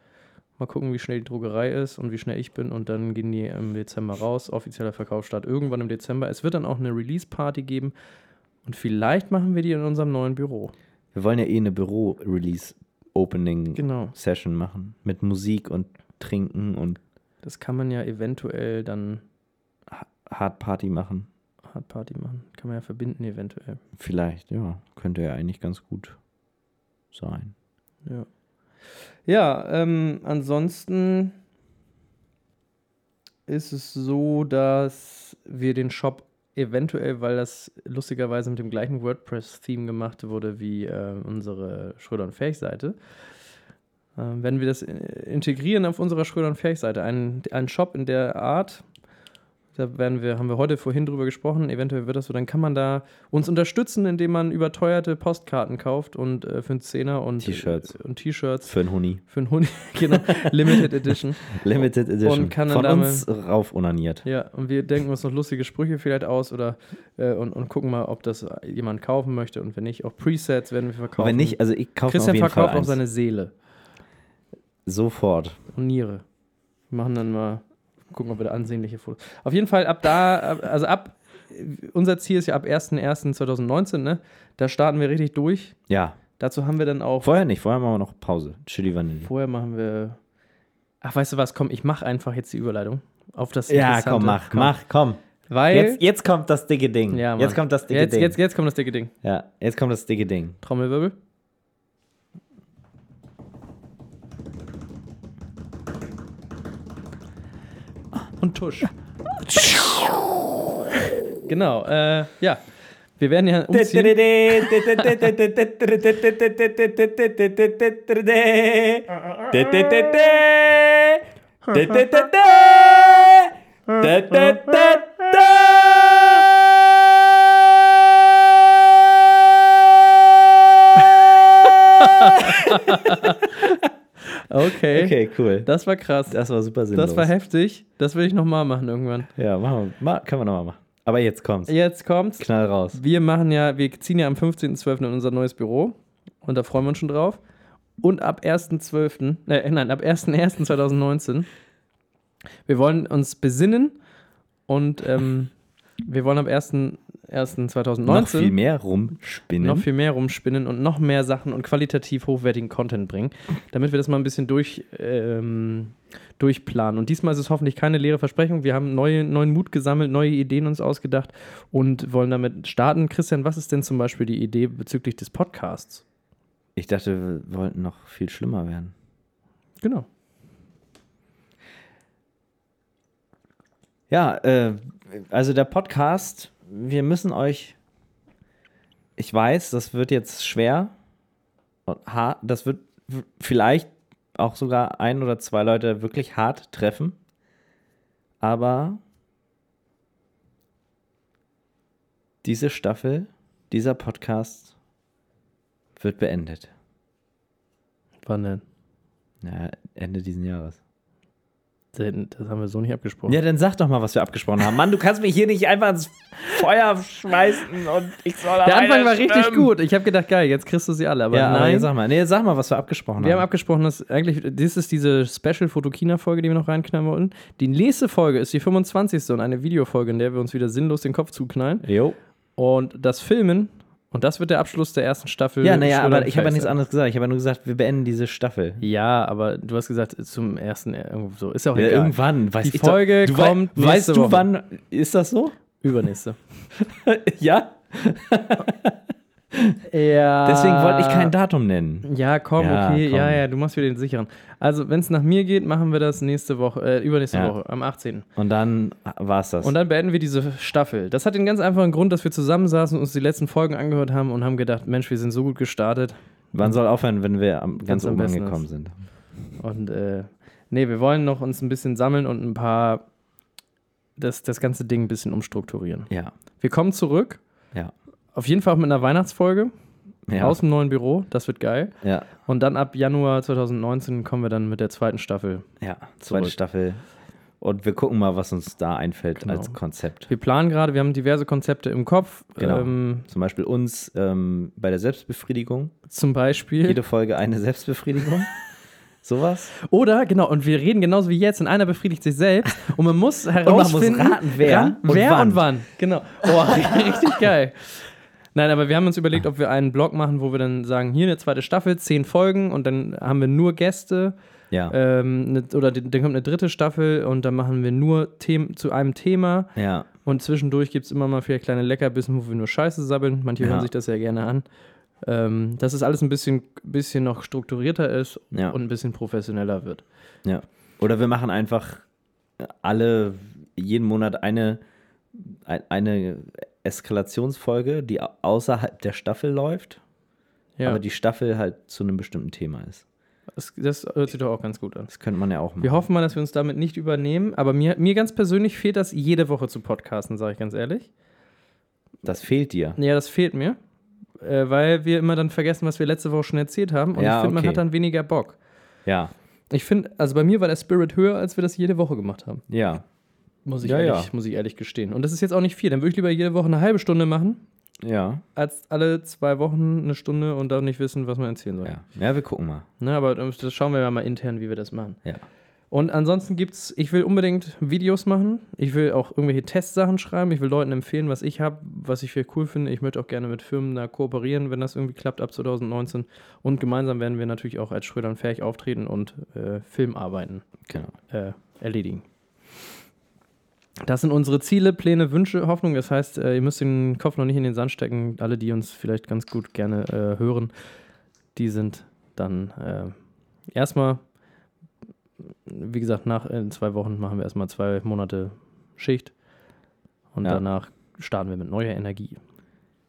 [SPEAKER 2] Mal gucken, wie schnell die Druckerei ist und wie schnell ich bin. Und dann gehen die im Dezember raus. Offizieller Verkauf startet irgendwann im Dezember. Es wird dann auch eine Release-Party geben. Und vielleicht machen wir die in unserem neuen Büro.
[SPEAKER 1] Wir wollen ja eh eine Büro-Release-Opening
[SPEAKER 2] Genau.
[SPEAKER 1] Session machen. Mit Musik und Trinken und
[SPEAKER 2] Das kann man ja eventuell dann
[SPEAKER 1] Hard Party machen.
[SPEAKER 2] Hardparty machen. Kann man ja verbinden, eventuell.
[SPEAKER 1] Vielleicht, ja. Könnte ja eigentlich ganz gut sein.
[SPEAKER 2] Ja, ja ähm, ansonsten ist es so, dass wir den Shop eventuell, weil das lustigerweise mit dem gleichen WordPress-Theme gemacht wurde wie äh, unsere Schröder und Fähig-Seite, äh, wenn wir das in- integrieren auf unserer Schröder und Fähig-Seite, einen, einen Shop in der Art, da werden wir, haben wir heute vorhin drüber gesprochen, eventuell wird das so, dann kann man da uns unterstützen, indem man überteuerte Postkarten kauft und äh, für einen Zehner und
[SPEAKER 1] T-Shirts.
[SPEAKER 2] und T-Shirts
[SPEAKER 1] Für einen Huni.
[SPEAKER 2] für einen Hund, genau, Limited Edition.
[SPEAKER 1] Limited Edition.
[SPEAKER 2] Und kann dann
[SPEAKER 1] Von
[SPEAKER 2] damit-
[SPEAKER 1] uns rauf unaniert.
[SPEAKER 2] Ja, und wir denken uns noch lustige Sprüche vielleicht aus oder äh, und, und gucken mal, ob das jemand kaufen möchte und wenn nicht, auch Presets werden wir
[SPEAKER 1] Und
[SPEAKER 2] verkaufen.
[SPEAKER 1] wenn nicht, also ich kaufe mir also auf
[SPEAKER 2] Christian
[SPEAKER 1] jeden Fall
[SPEAKER 2] verkauft auch
[SPEAKER 1] eins.
[SPEAKER 2] seine Seele.
[SPEAKER 1] Sofort.
[SPEAKER 2] und Niere. Wir machen dann mal, gucken, ob wir da ansehnliche Fotos. Auf jeden Fall ab da, ab- also ab, unser Ziel ist ja ab 1.1.2019, ne? Da starten wir richtig durch.
[SPEAKER 1] Ja.
[SPEAKER 2] Dazu haben wir dann auch,
[SPEAKER 1] Vorher nicht, vorher machen wir noch Pause. Chili Vanille.
[SPEAKER 2] vorher machen wir, ach, weißt du was, komm, ich mach einfach jetzt die Überleitung auf das
[SPEAKER 1] Ja,
[SPEAKER 2] Interessante.
[SPEAKER 1] komm, mach, mach, komm.
[SPEAKER 2] Weil,
[SPEAKER 1] Jetzt, jetzt kommt das dicke Ding.
[SPEAKER 2] ja, Mann.
[SPEAKER 1] jetzt kommt das dicke
[SPEAKER 2] jetzt,
[SPEAKER 1] Ding.
[SPEAKER 2] Jetzt, jetzt kommt das dicke Ding.
[SPEAKER 1] Ja, jetzt kommt das dicke Ding.
[SPEAKER 2] Trommelwirbel. Und Tusch. Genau, äh, ja. Wir werden ja umziehen. Okay.
[SPEAKER 1] Okay, cool.
[SPEAKER 2] Das war krass. Das,
[SPEAKER 1] Das war super sinnlos.
[SPEAKER 2] war heftig. Das will ich nochmal machen irgendwann.
[SPEAKER 1] Ja, machen wir, ma- können wir nochmal machen. Aber jetzt kommt's.
[SPEAKER 2] Jetzt kommt's.
[SPEAKER 1] Knall raus.
[SPEAKER 2] Wir machen ja, wir ziehen ja am 15.12. in unser neues Büro und da freuen wir uns schon drauf. Und ab 1.12., äh, nein, ab 1.1.2019, wir wollen uns besinnen und ähm, wir wollen ab 1.1.2019
[SPEAKER 1] Noch viel mehr rumspinnen.
[SPEAKER 2] noch viel mehr rumspinnen und noch mehr Sachen und qualitativ hochwertigen Content bringen, damit wir das mal ein bisschen durch, ähm, durchplanen. Und diesmal ist es hoffentlich keine leere Versprechung. Wir haben neue, neuen Mut gesammelt, neue Ideen uns ausgedacht und wollen damit starten. Christian, was ist denn zum Beispiel die Idee bezüglich des Podcasts?
[SPEAKER 1] ich dachte, wir wollten noch viel schlimmer werden.
[SPEAKER 2] Genau.
[SPEAKER 1] Ja, äh, also der Podcast, wir müssen euch. Ich weiß, das wird jetzt schwer. und hart- Das wird w- vielleicht auch sogar ein oder zwei Leute wirklich hart treffen. Aber diese Staffel, dieser Podcast wird beendet.
[SPEAKER 2] Wann denn?
[SPEAKER 1] Ja, Ende diesen Jahres.
[SPEAKER 2] Denn Das haben wir so nicht abgesprochen.
[SPEAKER 1] Ja, dann sag doch mal, was wir abgesprochen haben. Mann, du kannst mich hier nicht einfach ans Feuer schmeißen und ich soll
[SPEAKER 2] Der
[SPEAKER 1] alleine
[SPEAKER 2] Anfang war richtig
[SPEAKER 1] stimmen.
[SPEAKER 2] gut. Ich habe gedacht, geil, jetzt kriegst du sie alle. Aber
[SPEAKER 1] Ja, aber
[SPEAKER 2] nein,
[SPEAKER 1] jetzt sag mal, nee, sag mal, was wir abgesprochen
[SPEAKER 2] Wir haben
[SPEAKER 1] haben.
[SPEAKER 2] abgesprochen, dass eigentlich, das ist diese Special Fotokina-Folge, die wir noch reinknallen wollten. Die nächste Folge ist die 25. und eine Videofolge, in der wir uns wieder sinnlos den Kopf zuknallen.
[SPEAKER 1] jo.
[SPEAKER 2] Und das Filmen, und das wird der Abschluss der ersten Staffel.
[SPEAKER 1] Ja, naja,
[SPEAKER 2] Schröder
[SPEAKER 1] aber ich habe ja
[SPEAKER 2] Fleischer.
[SPEAKER 1] nichts anderes gesagt. Ich habe ja nur gesagt, wir beenden diese Staffel.
[SPEAKER 2] Ja, aber du hast gesagt, zum ersten, äh, irgendwo so. Ist ja auch
[SPEAKER 1] Ja,
[SPEAKER 2] egal.
[SPEAKER 1] irgendwann, weiß
[SPEAKER 2] Die
[SPEAKER 1] ich doch-
[SPEAKER 2] Folge
[SPEAKER 1] du wei-
[SPEAKER 2] kommt
[SPEAKER 1] Weißt
[SPEAKER 2] nächste
[SPEAKER 1] du,
[SPEAKER 2] Woche.
[SPEAKER 1] wann ist das so?
[SPEAKER 2] Übernächste.
[SPEAKER 1] ja.
[SPEAKER 2] ja.
[SPEAKER 1] Deswegen wollte
[SPEAKER 2] Ah.
[SPEAKER 1] ich kein Datum nennen.
[SPEAKER 2] Ja, komm,
[SPEAKER 1] Ja,
[SPEAKER 2] okay. Ja,
[SPEAKER 1] komm.
[SPEAKER 2] ja, du machst wieder den sicheren. Also, wenn es nach mir geht, machen wir das nächste Woche, äh, übernächste
[SPEAKER 1] Ja.
[SPEAKER 2] Woche, am 18.
[SPEAKER 1] Und dann war es das.
[SPEAKER 2] Und dann beenden wir diese Staffel. Das hat den ganz einfachen Grund, dass wir zusammensaßen und uns die letzten Folgen angehört haben und haben gedacht, Mensch, wir sind so gut gestartet.
[SPEAKER 1] wann soll aufhören, wenn wir am, ganz
[SPEAKER 2] Wenn's am
[SPEAKER 1] oben
[SPEAKER 2] besten
[SPEAKER 1] angekommen
[SPEAKER 2] ist.
[SPEAKER 1] sind?
[SPEAKER 2] Und äh, nee, wir wollen noch uns ein bisschen sammeln und ein paar das, das ganze Ding ein bisschen umstrukturieren.
[SPEAKER 1] Ja.
[SPEAKER 2] Wir kommen zurück.
[SPEAKER 1] Ja.
[SPEAKER 2] Auf jeden Fall auch mit einer Weihnachtsfolge
[SPEAKER 1] Ja.
[SPEAKER 2] aus dem neuen Büro. Das wird geil.
[SPEAKER 1] ja.
[SPEAKER 2] Und dann ab Januar 2019 kommen wir dann mit der zweiten Staffel.
[SPEAKER 1] Ja, zweite
[SPEAKER 2] Zurück.
[SPEAKER 1] Staffel. Und wir gucken mal, was uns da einfällt
[SPEAKER 2] Genau.
[SPEAKER 1] als Konzept.
[SPEAKER 2] Wir planen gerade, wir haben diverse Konzepte im Kopf.
[SPEAKER 1] Genau.
[SPEAKER 2] Ähm,
[SPEAKER 1] Zum Beispiel uns ähm, bei der Selbstbefriedigung.
[SPEAKER 2] zum Beispiel.
[SPEAKER 1] Jede Folge eine Selbstbefriedigung. Sowas.
[SPEAKER 2] Oder, genau, und wir reden genauso wie jetzt und einer befriedigt sich selbst und man muss
[SPEAKER 1] muss
[SPEAKER 2] herausfinden,
[SPEAKER 1] raten, wer
[SPEAKER 2] ran-
[SPEAKER 1] und
[SPEAKER 2] wer
[SPEAKER 1] wann.
[SPEAKER 2] und wann. Genau. Oh, richtig geil. Nein, aber wir haben uns überlegt, ob wir einen Blog machen, wo wir dann sagen, hier eine zweite Staffel, zehn Folgen und dann haben wir nur Gäste
[SPEAKER 1] Ja.
[SPEAKER 2] ähm, ne, oder die- dann kommt eine dritte Staffel und dann machen wir nur Themen zu einem Thema
[SPEAKER 1] ja.
[SPEAKER 2] und zwischendurch gibt es immer mal vielleicht kleine Leckerbissen, wo wir nur Scheiße sabbeln. Manche
[SPEAKER 1] Ja.
[SPEAKER 2] hören sich das ja gerne an. Ähm, dass es alles ein bisschen, bisschen noch strukturierter ist
[SPEAKER 1] Ja.
[SPEAKER 2] und ein bisschen professioneller wird.
[SPEAKER 1] Ja. Oder wir machen einfach alle, jeden Monat eine, ein- eine Eskalationsfolge, die au- außerhalb der Staffel läuft,
[SPEAKER 2] Ja.
[SPEAKER 1] aber die Staffel halt zu einem bestimmten Thema ist.
[SPEAKER 2] Das, das hört sich doch auch ganz gut an.
[SPEAKER 1] Das könnte man ja auch machen.
[SPEAKER 2] Wir hoffen mal, dass wir uns damit nicht übernehmen, aber mir, mir ganz persönlich fehlt das jede Woche zu podcasten, sage ich ganz ehrlich.
[SPEAKER 1] Das fehlt dir.
[SPEAKER 2] Ja, das fehlt mir, äh, weil wir immer dann vergessen, was wir letzte Woche schon erzählt haben und
[SPEAKER 1] Ja,
[SPEAKER 2] ich finde, man
[SPEAKER 1] okay.
[SPEAKER 2] hat dann weniger Bock.
[SPEAKER 1] Ja.
[SPEAKER 2] Ich finde, also bei mir war der Spirit höher, als wir das jede Woche gemacht haben.
[SPEAKER 1] Ja.
[SPEAKER 2] Muss ich,
[SPEAKER 1] Ja,
[SPEAKER 2] ehrlich,
[SPEAKER 1] ja.
[SPEAKER 2] Muss ich ehrlich gestehen. Und das ist jetzt auch nicht viel. Dann würde ich lieber jede Woche eine halbe Stunde machen
[SPEAKER 1] Ja,
[SPEAKER 2] als alle zwei Wochen eine Stunde und dann nicht wissen, was man erzählen soll.
[SPEAKER 1] ja. Ja, wir gucken mal.
[SPEAKER 2] Ne, aber das schauen wir mal intern, wie wir das machen.
[SPEAKER 1] Ja.
[SPEAKER 2] Und ansonsten gibt's, ich will unbedingt Videos machen, ich will auch irgendwelche Testsachen schreiben, ich will Leuten empfehlen, was ich habe, was ich für cool finde. Ich möchte auch gerne mit Firmen da kooperieren, wenn das irgendwie klappt ab 2019. Und gemeinsam werden wir natürlich auch als Schröder und Ferch auftreten und äh, Filmarbeiten
[SPEAKER 1] Genau.
[SPEAKER 2] äh, erledigen. Das sind unsere Ziele, Pläne, Wünsche, Hoffnung. Das heißt, äh, ihr müsst den Kopf noch nicht in den Sand stecken. Alle, die uns vielleicht ganz gut gerne äh, hören, die sind dann äh, erstmal, wie gesagt, nach in zwei Wochen machen wir erstmal zwei Monate Schicht und
[SPEAKER 1] Ja.
[SPEAKER 2] danach starten wir mit neuer Energie.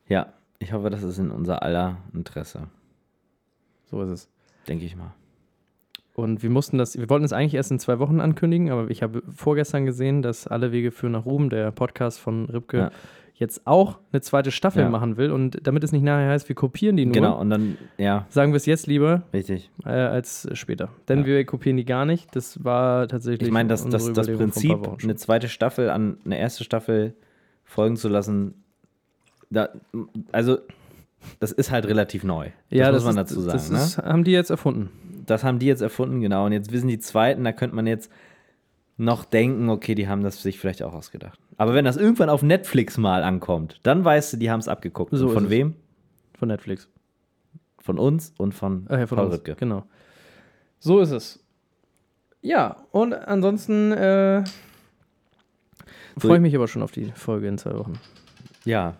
[SPEAKER 1] Ja, ich hoffe, das ist in unser aller Interesse,
[SPEAKER 2] So ist es.
[SPEAKER 1] denke ich mal.
[SPEAKER 2] Und wir mussten das, wir wollten es eigentlich erst in zwei Wochen ankündigen, aber ich habe vorgestern gesehen, dass Alle Wege führen nach Ruhm, der Podcast von Ripke,
[SPEAKER 1] Ja.
[SPEAKER 2] jetzt auch eine zweite Staffel
[SPEAKER 1] Ja.
[SPEAKER 2] machen will. Und damit es nicht nachher heißt, wir kopieren die nur,
[SPEAKER 1] Genau, und dann, ja,
[SPEAKER 2] sagen wir es jetzt lieber
[SPEAKER 1] richtig.
[SPEAKER 2] äh, als später. Denn
[SPEAKER 1] Ja.
[SPEAKER 2] wir kopieren die gar nicht. Das war tatsächlich.
[SPEAKER 1] Ich meine, das,
[SPEAKER 2] unsere
[SPEAKER 1] das, das
[SPEAKER 2] Überlegung vor ein paar
[SPEAKER 1] Prinzip,
[SPEAKER 2] Wochen schon.
[SPEAKER 1] eine zweite Staffel an eine erste Staffel folgen zu lassen, da, also, das ist halt relativ neu.
[SPEAKER 2] ja,
[SPEAKER 1] das
[SPEAKER 2] das
[SPEAKER 1] muss man
[SPEAKER 2] ist,
[SPEAKER 1] dazu sagen.
[SPEAKER 2] Das
[SPEAKER 1] ne?
[SPEAKER 2] ist, haben die jetzt erfunden.
[SPEAKER 1] das haben die jetzt erfunden, genau. Und jetzt wissen die Zweiten, da könnte man jetzt noch denken, okay, die haben das sich vielleicht auch ausgedacht. Aber wenn das irgendwann auf Netflix mal ankommt, dann weißt du, die haben es abgeguckt.
[SPEAKER 2] So
[SPEAKER 1] und
[SPEAKER 2] ist
[SPEAKER 1] von
[SPEAKER 2] es.
[SPEAKER 1] wem?
[SPEAKER 2] Von Netflix.
[SPEAKER 1] Von uns und von,
[SPEAKER 2] Äh, von
[SPEAKER 1] Paul
[SPEAKER 2] uns.
[SPEAKER 1] Rübke.
[SPEAKER 2] Genau. So ist es. Ja, und ansonsten äh, freue ich mich aber schon auf die Folge in zwei Wochen.
[SPEAKER 1] Ja.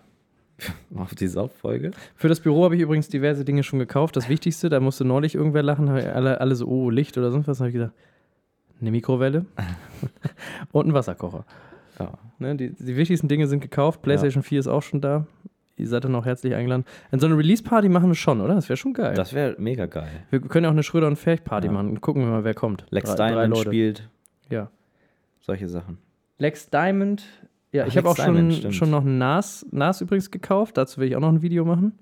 [SPEAKER 1] Auf die Sauffolge.
[SPEAKER 2] Für das Büro habe ich übrigens diverse Dinge schon gekauft. Das Wichtigste, da musste neulich irgendwer lachen, haben alle, alle so, oh, Licht oder sonst was. Dann habe ich gesagt, eine Mikrowelle und ein Wasserkocher.
[SPEAKER 1] Ja.
[SPEAKER 2] Ne, die, die wichtigsten Dinge sind gekauft. PlayStation 4 ist auch schon da. Ihr seid dann auch herzlich eingeladen. Und so eine Release-Party machen wir schon, oder? Das wäre schon geil.
[SPEAKER 1] Das wäre mega geil.
[SPEAKER 2] wir können ja auch eine Schröder- und Ferch-Party
[SPEAKER 1] Ja.
[SPEAKER 2] machen und gucken wir mal, wer kommt.
[SPEAKER 1] Lex
[SPEAKER 2] drei, drei
[SPEAKER 1] Diamond
[SPEAKER 2] Leute.
[SPEAKER 1] spielt
[SPEAKER 2] Ja.
[SPEAKER 1] solche Sachen.
[SPEAKER 2] Lex Diamond. Ja,
[SPEAKER 1] Ach,
[SPEAKER 2] ich habe auch
[SPEAKER 1] Lex Diamond,
[SPEAKER 2] schon,
[SPEAKER 1] stimmt.
[SPEAKER 2] schon noch ein NAS, NAS übrigens gekauft. Dazu will ich auch noch ein Video machen.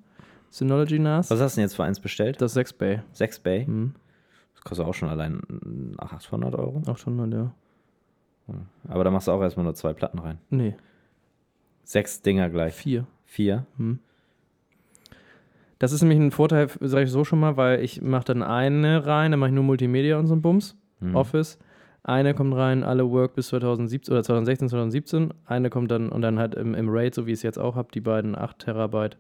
[SPEAKER 2] Synology NAS.
[SPEAKER 1] Was hast du denn jetzt für eins bestellt?
[SPEAKER 2] Das 6 Bay.
[SPEAKER 1] Sechs Bay.
[SPEAKER 2] Mhm.
[SPEAKER 1] Das kostet auch schon allein mm, 800 Euro.
[SPEAKER 2] Auch schon mal, ja.
[SPEAKER 1] Aber da machst du auch erstmal nur zwei Platten rein.
[SPEAKER 2] Nee,
[SPEAKER 1] Sechs Dinger gleich.
[SPEAKER 2] vier.
[SPEAKER 1] Vier.
[SPEAKER 2] Das ist nämlich ein Vorteil, sage ich so schon mal, weil ich mache dann eine rein, dann mache ich nur Multimedia und so ein Bums,
[SPEAKER 1] Mhm.
[SPEAKER 2] Office. Eine kommt rein, alle Work bis 2017 oder 2016, 2017. Eine kommt dann und dann halt im, im RAID, so wie ich es jetzt auch habe, die beiden 8 Terabyte.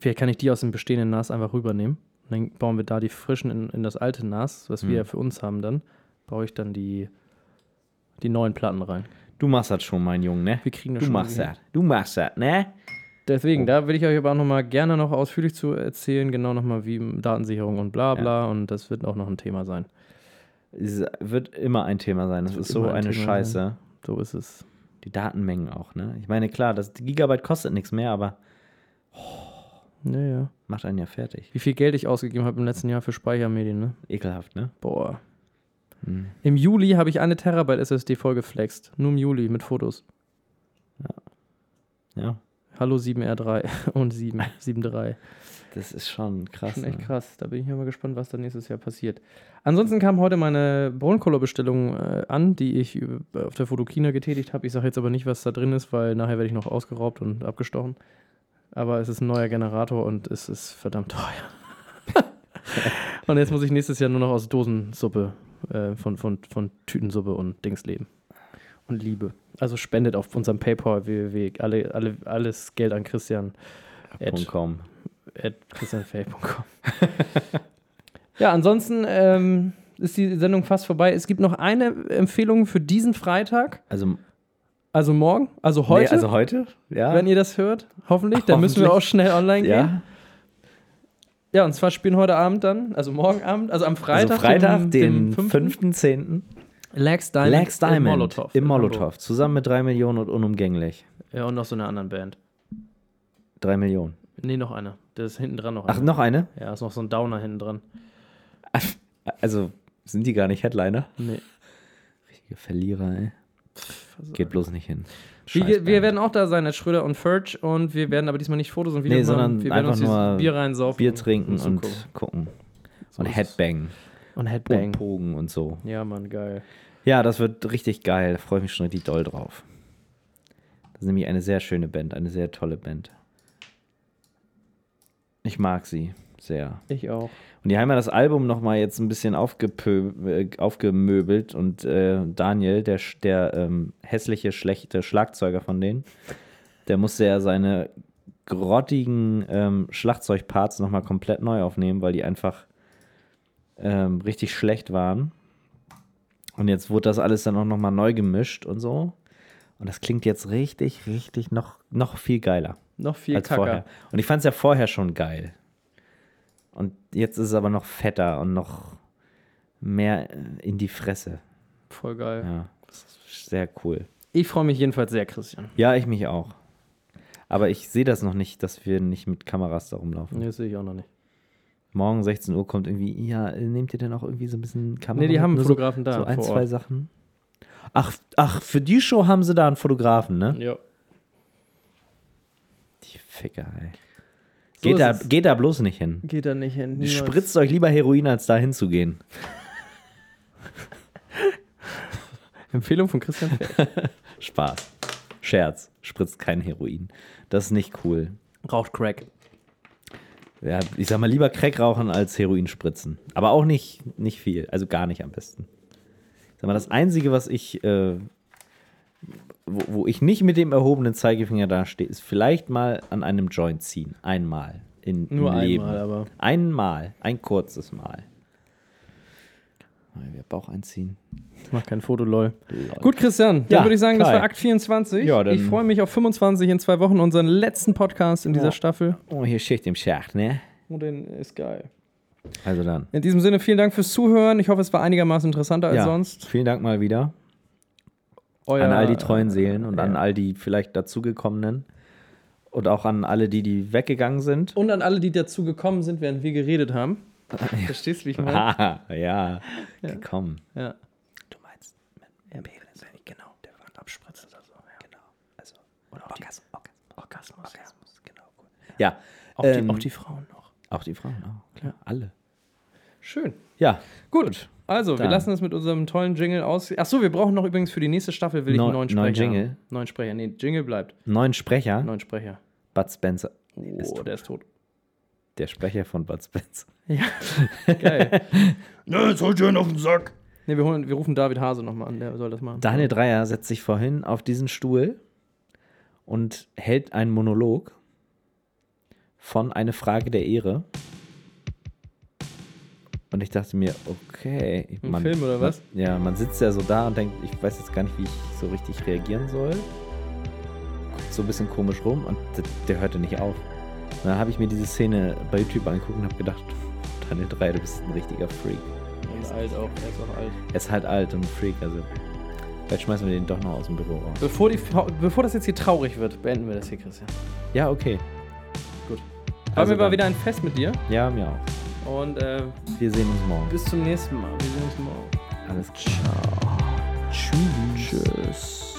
[SPEAKER 2] Vielleicht kann ich die aus dem bestehenden NAS einfach rübernehmen. Und dann bauen wir da die frischen in, in das alte NAS, was
[SPEAKER 1] Mhm.
[SPEAKER 2] wir ja für uns haben dann. Baue ich dann die, die neuen Platten rein.
[SPEAKER 1] Du machst das schon, mein Junge, ne?
[SPEAKER 2] Wir kriegen das
[SPEAKER 1] Du
[SPEAKER 2] schon
[SPEAKER 1] machst
[SPEAKER 2] irgendwie
[SPEAKER 1] das. Du machst das, ne?
[SPEAKER 2] Deswegen, da will ich euch aber auch nochmal gerne noch ausführlich zu erzählen, genau nochmal wie Datensicherung und bla bla und das wird auch noch ein Thema sein.
[SPEAKER 1] Es wird immer ein Thema sein. Das,
[SPEAKER 2] wird
[SPEAKER 1] ist so
[SPEAKER 2] immer ein
[SPEAKER 1] eine
[SPEAKER 2] Thema
[SPEAKER 1] Scheiße.
[SPEAKER 2] So ist es.
[SPEAKER 1] Die Datenmengen auch, ne? Ich meine, klar, das die Gigabyte kostet nichts mehr, aber
[SPEAKER 2] Naja.
[SPEAKER 1] macht einen ja fertig.
[SPEAKER 2] Wie viel Geld ich ausgegeben habe im letzten Jahr für Speichermedien, ne?
[SPEAKER 1] Ekelhaft, ne?
[SPEAKER 2] Boah. Im Juli habe ich eine Terabyte SSD voll geflext. Nur im Juli mit Fotos.
[SPEAKER 1] Ja.
[SPEAKER 2] Hallo 7R3 und 7, 7.3.
[SPEAKER 1] Das ist schon krass.
[SPEAKER 2] Schon echt
[SPEAKER 1] ne?
[SPEAKER 2] krass. Da bin ich ja mal gespannt, was da nächstes Jahr passiert. Ansonsten kam heute meine Braunkohlebestellung äh, an, die ich über- auf der Fotokina getätigt habe. Ich sage jetzt aber nicht, was da drin ist, weil nachher werde ich noch ausgeraubt und abgestochen. Aber es ist ein neuer Generator und es ist verdammt teuer. und jetzt muss ich nächstes Jahr nur noch aus Dosensuppe, äh, von, von, von Tütensuppe und Dings leben. Und Liebe. Also spendet auf unserem PayPal www. Alle, alle, alles Geld an Christian
[SPEAKER 1] Punkt .com.
[SPEAKER 2] at christianfay.com. ja, ansonsten ähm, ist die Sendung fast vorbei. Es gibt noch eine Empfehlung für diesen Freitag,
[SPEAKER 1] Also
[SPEAKER 2] also morgen, also heute,
[SPEAKER 1] Nee, also heute? Ja.
[SPEAKER 2] wenn ihr das hört, hoffentlich. Dann müssen wir auch
[SPEAKER 1] Hoffentlich.
[SPEAKER 2] schnell online gehen. Ja.
[SPEAKER 1] ja.
[SPEAKER 2] und zwar spielen heute Abend dann, also morgen Abend, also am Freitag,
[SPEAKER 1] Also Freitag, den,
[SPEAKER 2] dem, dem
[SPEAKER 1] den
[SPEAKER 2] 5.
[SPEAKER 1] 5.10.
[SPEAKER 2] Lex Diamond,
[SPEAKER 1] Lex Diamond
[SPEAKER 2] im Molotow.
[SPEAKER 1] Im Molotow. Zusammen mit 3 Millionen und unumgänglich.
[SPEAKER 2] Ja, und noch so einer anderen Band.
[SPEAKER 1] 3 Millionen.
[SPEAKER 2] Nee, noch einer. Der ist hinten dran noch
[SPEAKER 1] Ach,
[SPEAKER 2] einer.
[SPEAKER 1] noch eine?
[SPEAKER 2] Ja, ist noch so ein Downer hinten dran.
[SPEAKER 1] Also sind die gar nicht Headliner?
[SPEAKER 2] Nee.
[SPEAKER 1] Richtige Verlierer, ey. Geht bloß nicht hin.
[SPEAKER 2] Wir,
[SPEAKER 1] Scheißband.
[SPEAKER 2] wir werden auch da sein als Schröder und Furch und wir werden aber diesmal nicht Fotos und Videos
[SPEAKER 1] Nee, sondern
[SPEAKER 2] machen. Wir werden uns
[SPEAKER 1] einfach
[SPEAKER 2] dieses
[SPEAKER 1] nur
[SPEAKER 2] Bier reinsaufen.
[SPEAKER 1] Bier trinken und
[SPEAKER 2] zugucken.
[SPEAKER 1] gucken.
[SPEAKER 2] So
[SPEAKER 1] Und
[SPEAKER 2] ist es.
[SPEAKER 1] Headbang.
[SPEAKER 2] Und
[SPEAKER 1] Und
[SPEAKER 2] Headbang.
[SPEAKER 1] Pogen und so.
[SPEAKER 2] Ja, Mann, geil.
[SPEAKER 1] Ja, das wird richtig geil. Da freue ich mich schon richtig doll drauf. Das ist nämlich eine sehr schöne Band, eine sehr tolle Band. Ich mag sie sehr.
[SPEAKER 2] Ich auch.
[SPEAKER 1] Und die haben ja das Album nochmal jetzt ein bisschen aufgepö- äh, aufgemöbelt und äh, Daniel, der, sch- der ähm, hässliche, schlechte Schlagzeuger von denen, der musste ja seine grottigen ähm, Schlagzeugparts nochmal komplett neu aufnehmen, weil die einfach ähm, richtig schlecht waren. Und jetzt wurde das alles dann auch nochmal neu gemischt und so. Und das klingt jetzt richtig, richtig noch, noch viel geiler
[SPEAKER 2] Noch viel
[SPEAKER 1] als
[SPEAKER 2] Kacker.
[SPEAKER 1] vorher. Und ich fand es ja vorher schon geil. Und jetzt ist es aber noch fetter und noch mehr äh, in die Fresse.
[SPEAKER 2] Voll geil.
[SPEAKER 1] Ja, das ist sehr cool.
[SPEAKER 2] Ich freue mich jedenfalls sehr, Christian.
[SPEAKER 1] Ja, ich mich auch. Aber ich sehe das noch nicht, dass wir nicht mit Kameras da rumlaufen.
[SPEAKER 2] Nee, das sehe ich auch noch nicht.
[SPEAKER 1] Morgen 16 Uhr kommt irgendwie, ja, äh, nehmt ihr denn auch irgendwie so ein bisschen Kamera?
[SPEAKER 2] Nee, die
[SPEAKER 1] mit?
[SPEAKER 2] haben einen
[SPEAKER 1] Nur
[SPEAKER 2] Fotografen
[SPEAKER 1] so,
[SPEAKER 2] da.
[SPEAKER 1] so ein,
[SPEAKER 2] vor
[SPEAKER 1] zwei
[SPEAKER 2] Ort.
[SPEAKER 1] Sachen. Ach, ach, für die Show haben sie da einen Fotografen, ne?
[SPEAKER 2] Ja.
[SPEAKER 1] Die Ficker, ey.
[SPEAKER 2] So
[SPEAKER 1] Geht,
[SPEAKER 2] ist
[SPEAKER 1] da,
[SPEAKER 2] es.
[SPEAKER 1] geht da bloß nicht hin.
[SPEAKER 2] Geht da nicht hin. niemals.
[SPEAKER 1] Spritzt euch lieber Heroin, als da hinzugehen.
[SPEAKER 2] Empfehlung von Christian Feld.
[SPEAKER 1] Spaß. Scherz. Spritzt kein Heroin. Das ist nicht cool.
[SPEAKER 2] Raucht Crack.
[SPEAKER 1] Ja, ich sag mal, lieber Crack rauchen als Heroin spritzen. Aber auch nicht, nicht viel. Also gar nicht am besten. Ich sag mal, das Einzige, was ich, äh, wo, wo ich nicht mit dem erhobenen Zeigefinger dastehe, ist vielleicht mal an einem Joint ziehen. Einmal. In,
[SPEAKER 2] Nur
[SPEAKER 1] im Leben.
[SPEAKER 2] einmal, aber.
[SPEAKER 1] Einmal. Ein kurzes Mal. Mal wieder Bauch einziehen.
[SPEAKER 2] Ich mach kein Foto, lol. Gut, Christian, dann
[SPEAKER 1] Ja,
[SPEAKER 2] würde ich sagen, das
[SPEAKER 1] Kai.
[SPEAKER 2] war Akt 24.
[SPEAKER 1] Ja, dann-
[SPEAKER 2] ich freue mich auf 25 in zwei Wochen, unseren letzten Podcast in dieser
[SPEAKER 1] Ja.
[SPEAKER 2] Staffel.
[SPEAKER 1] Oh, hier Schicht im Schacht, ne?
[SPEAKER 2] Und den ist geil.
[SPEAKER 1] Also dann.
[SPEAKER 2] In diesem Sinne, vielen Dank fürs Zuhören. Ich hoffe, es war einigermaßen interessanter als
[SPEAKER 1] ja,
[SPEAKER 2] sonst.
[SPEAKER 1] Vielen Dank mal wieder
[SPEAKER 2] Euer,
[SPEAKER 1] an all die treuen Seelen und an
[SPEAKER 2] ja.
[SPEAKER 1] all die vielleicht dazugekommenen und auch an alle, die, die weggegangen sind.
[SPEAKER 2] Und an alle, die dazu gekommen sind, während wir geredet haben. Verstehst du, wie ich meine?
[SPEAKER 1] Ah, ja, gekommen.
[SPEAKER 2] Ja.
[SPEAKER 1] Du meinst,
[SPEAKER 2] Ja, Penis, genau. Der Wand abspritzen oder so. Ja. Genau. Also, oder Orgasmus. Orgasmus. Orgasmus, genau. Gut.
[SPEAKER 1] ja.
[SPEAKER 2] Auch,
[SPEAKER 1] ähm,
[SPEAKER 2] die, auch die Frauen noch.
[SPEAKER 1] auch die Frauen, auch, klar, alle.
[SPEAKER 2] Schön.
[SPEAKER 1] Ja,
[SPEAKER 2] Gut. Also, wir
[SPEAKER 1] Dann.
[SPEAKER 2] lassen es mit unserem tollen Jingle aus. Achso, wir brauchen noch übrigens für die nächste Staffel will ich
[SPEAKER 1] Neu-
[SPEAKER 2] einen neuen Sprecher.
[SPEAKER 1] neuen Jingle?
[SPEAKER 2] haben. Neuen Sprecher. Nee, Jingle bleibt.
[SPEAKER 1] neun Sprecher.
[SPEAKER 2] Neuen Sprecher.
[SPEAKER 1] Bud Spencer.
[SPEAKER 2] Oh,
[SPEAKER 1] Der ist tot.
[SPEAKER 2] der ist tot.
[SPEAKER 1] Der Sprecher von Bud Spencer.
[SPEAKER 2] Geil.
[SPEAKER 3] Ne, jetzt holt ihr einen auf den Sack.
[SPEAKER 2] nee, wir, holen, wir rufen David Hase nochmal an. Der soll das machen.
[SPEAKER 1] Daniel Dreier setzt sich vorhin auf diesen Stuhl und hält einen Monolog von Eine Frage der Ehre. Und ich dachte mir, okay.
[SPEAKER 2] Ein Film oder was?
[SPEAKER 1] Man, ja, man sitzt ja so da und denkt, ich weiß jetzt gar nicht, wie ich so richtig reagieren soll. Guckt so ein bisschen komisch rum und der, der hörte nicht auf. Und dann habe ich mir diese Szene bei YouTube angeguckt und habe gedacht, Daniel Dreier, du bist ein richtiger Freak.
[SPEAKER 2] Er ist alt auch. Er ist auch alt.
[SPEAKER 1] Er ist halt alt und ein Freak, also vielleicht schmeißen wir den doch noch aus dem Büro raus.
[SPEAKER 2] Bevor, die, Frau- bevor das jetzt hier traurig wird, beenden wir das hier, Christian.
[SPEAKER 1] Ja, okay.
[SPEAKER 2] Gut. War
[SPEAKER 1] Also
[SPEAKER 2] mir mal
[SPEAKER 1] dann.
[SPEAKER 2] wieder ein Fest mit dir.
[SPEAKER 1] Ja, mir auch.
[SPEAKER 2] Und äh,
[SPEAKER 1] Wir sehen uns morgen.
[SPEAKER 2] bis zum nächsten Mal. Wir sehen uns morgen.
[SPEAKER 1] Alles klar. Tschüss. Tschüss.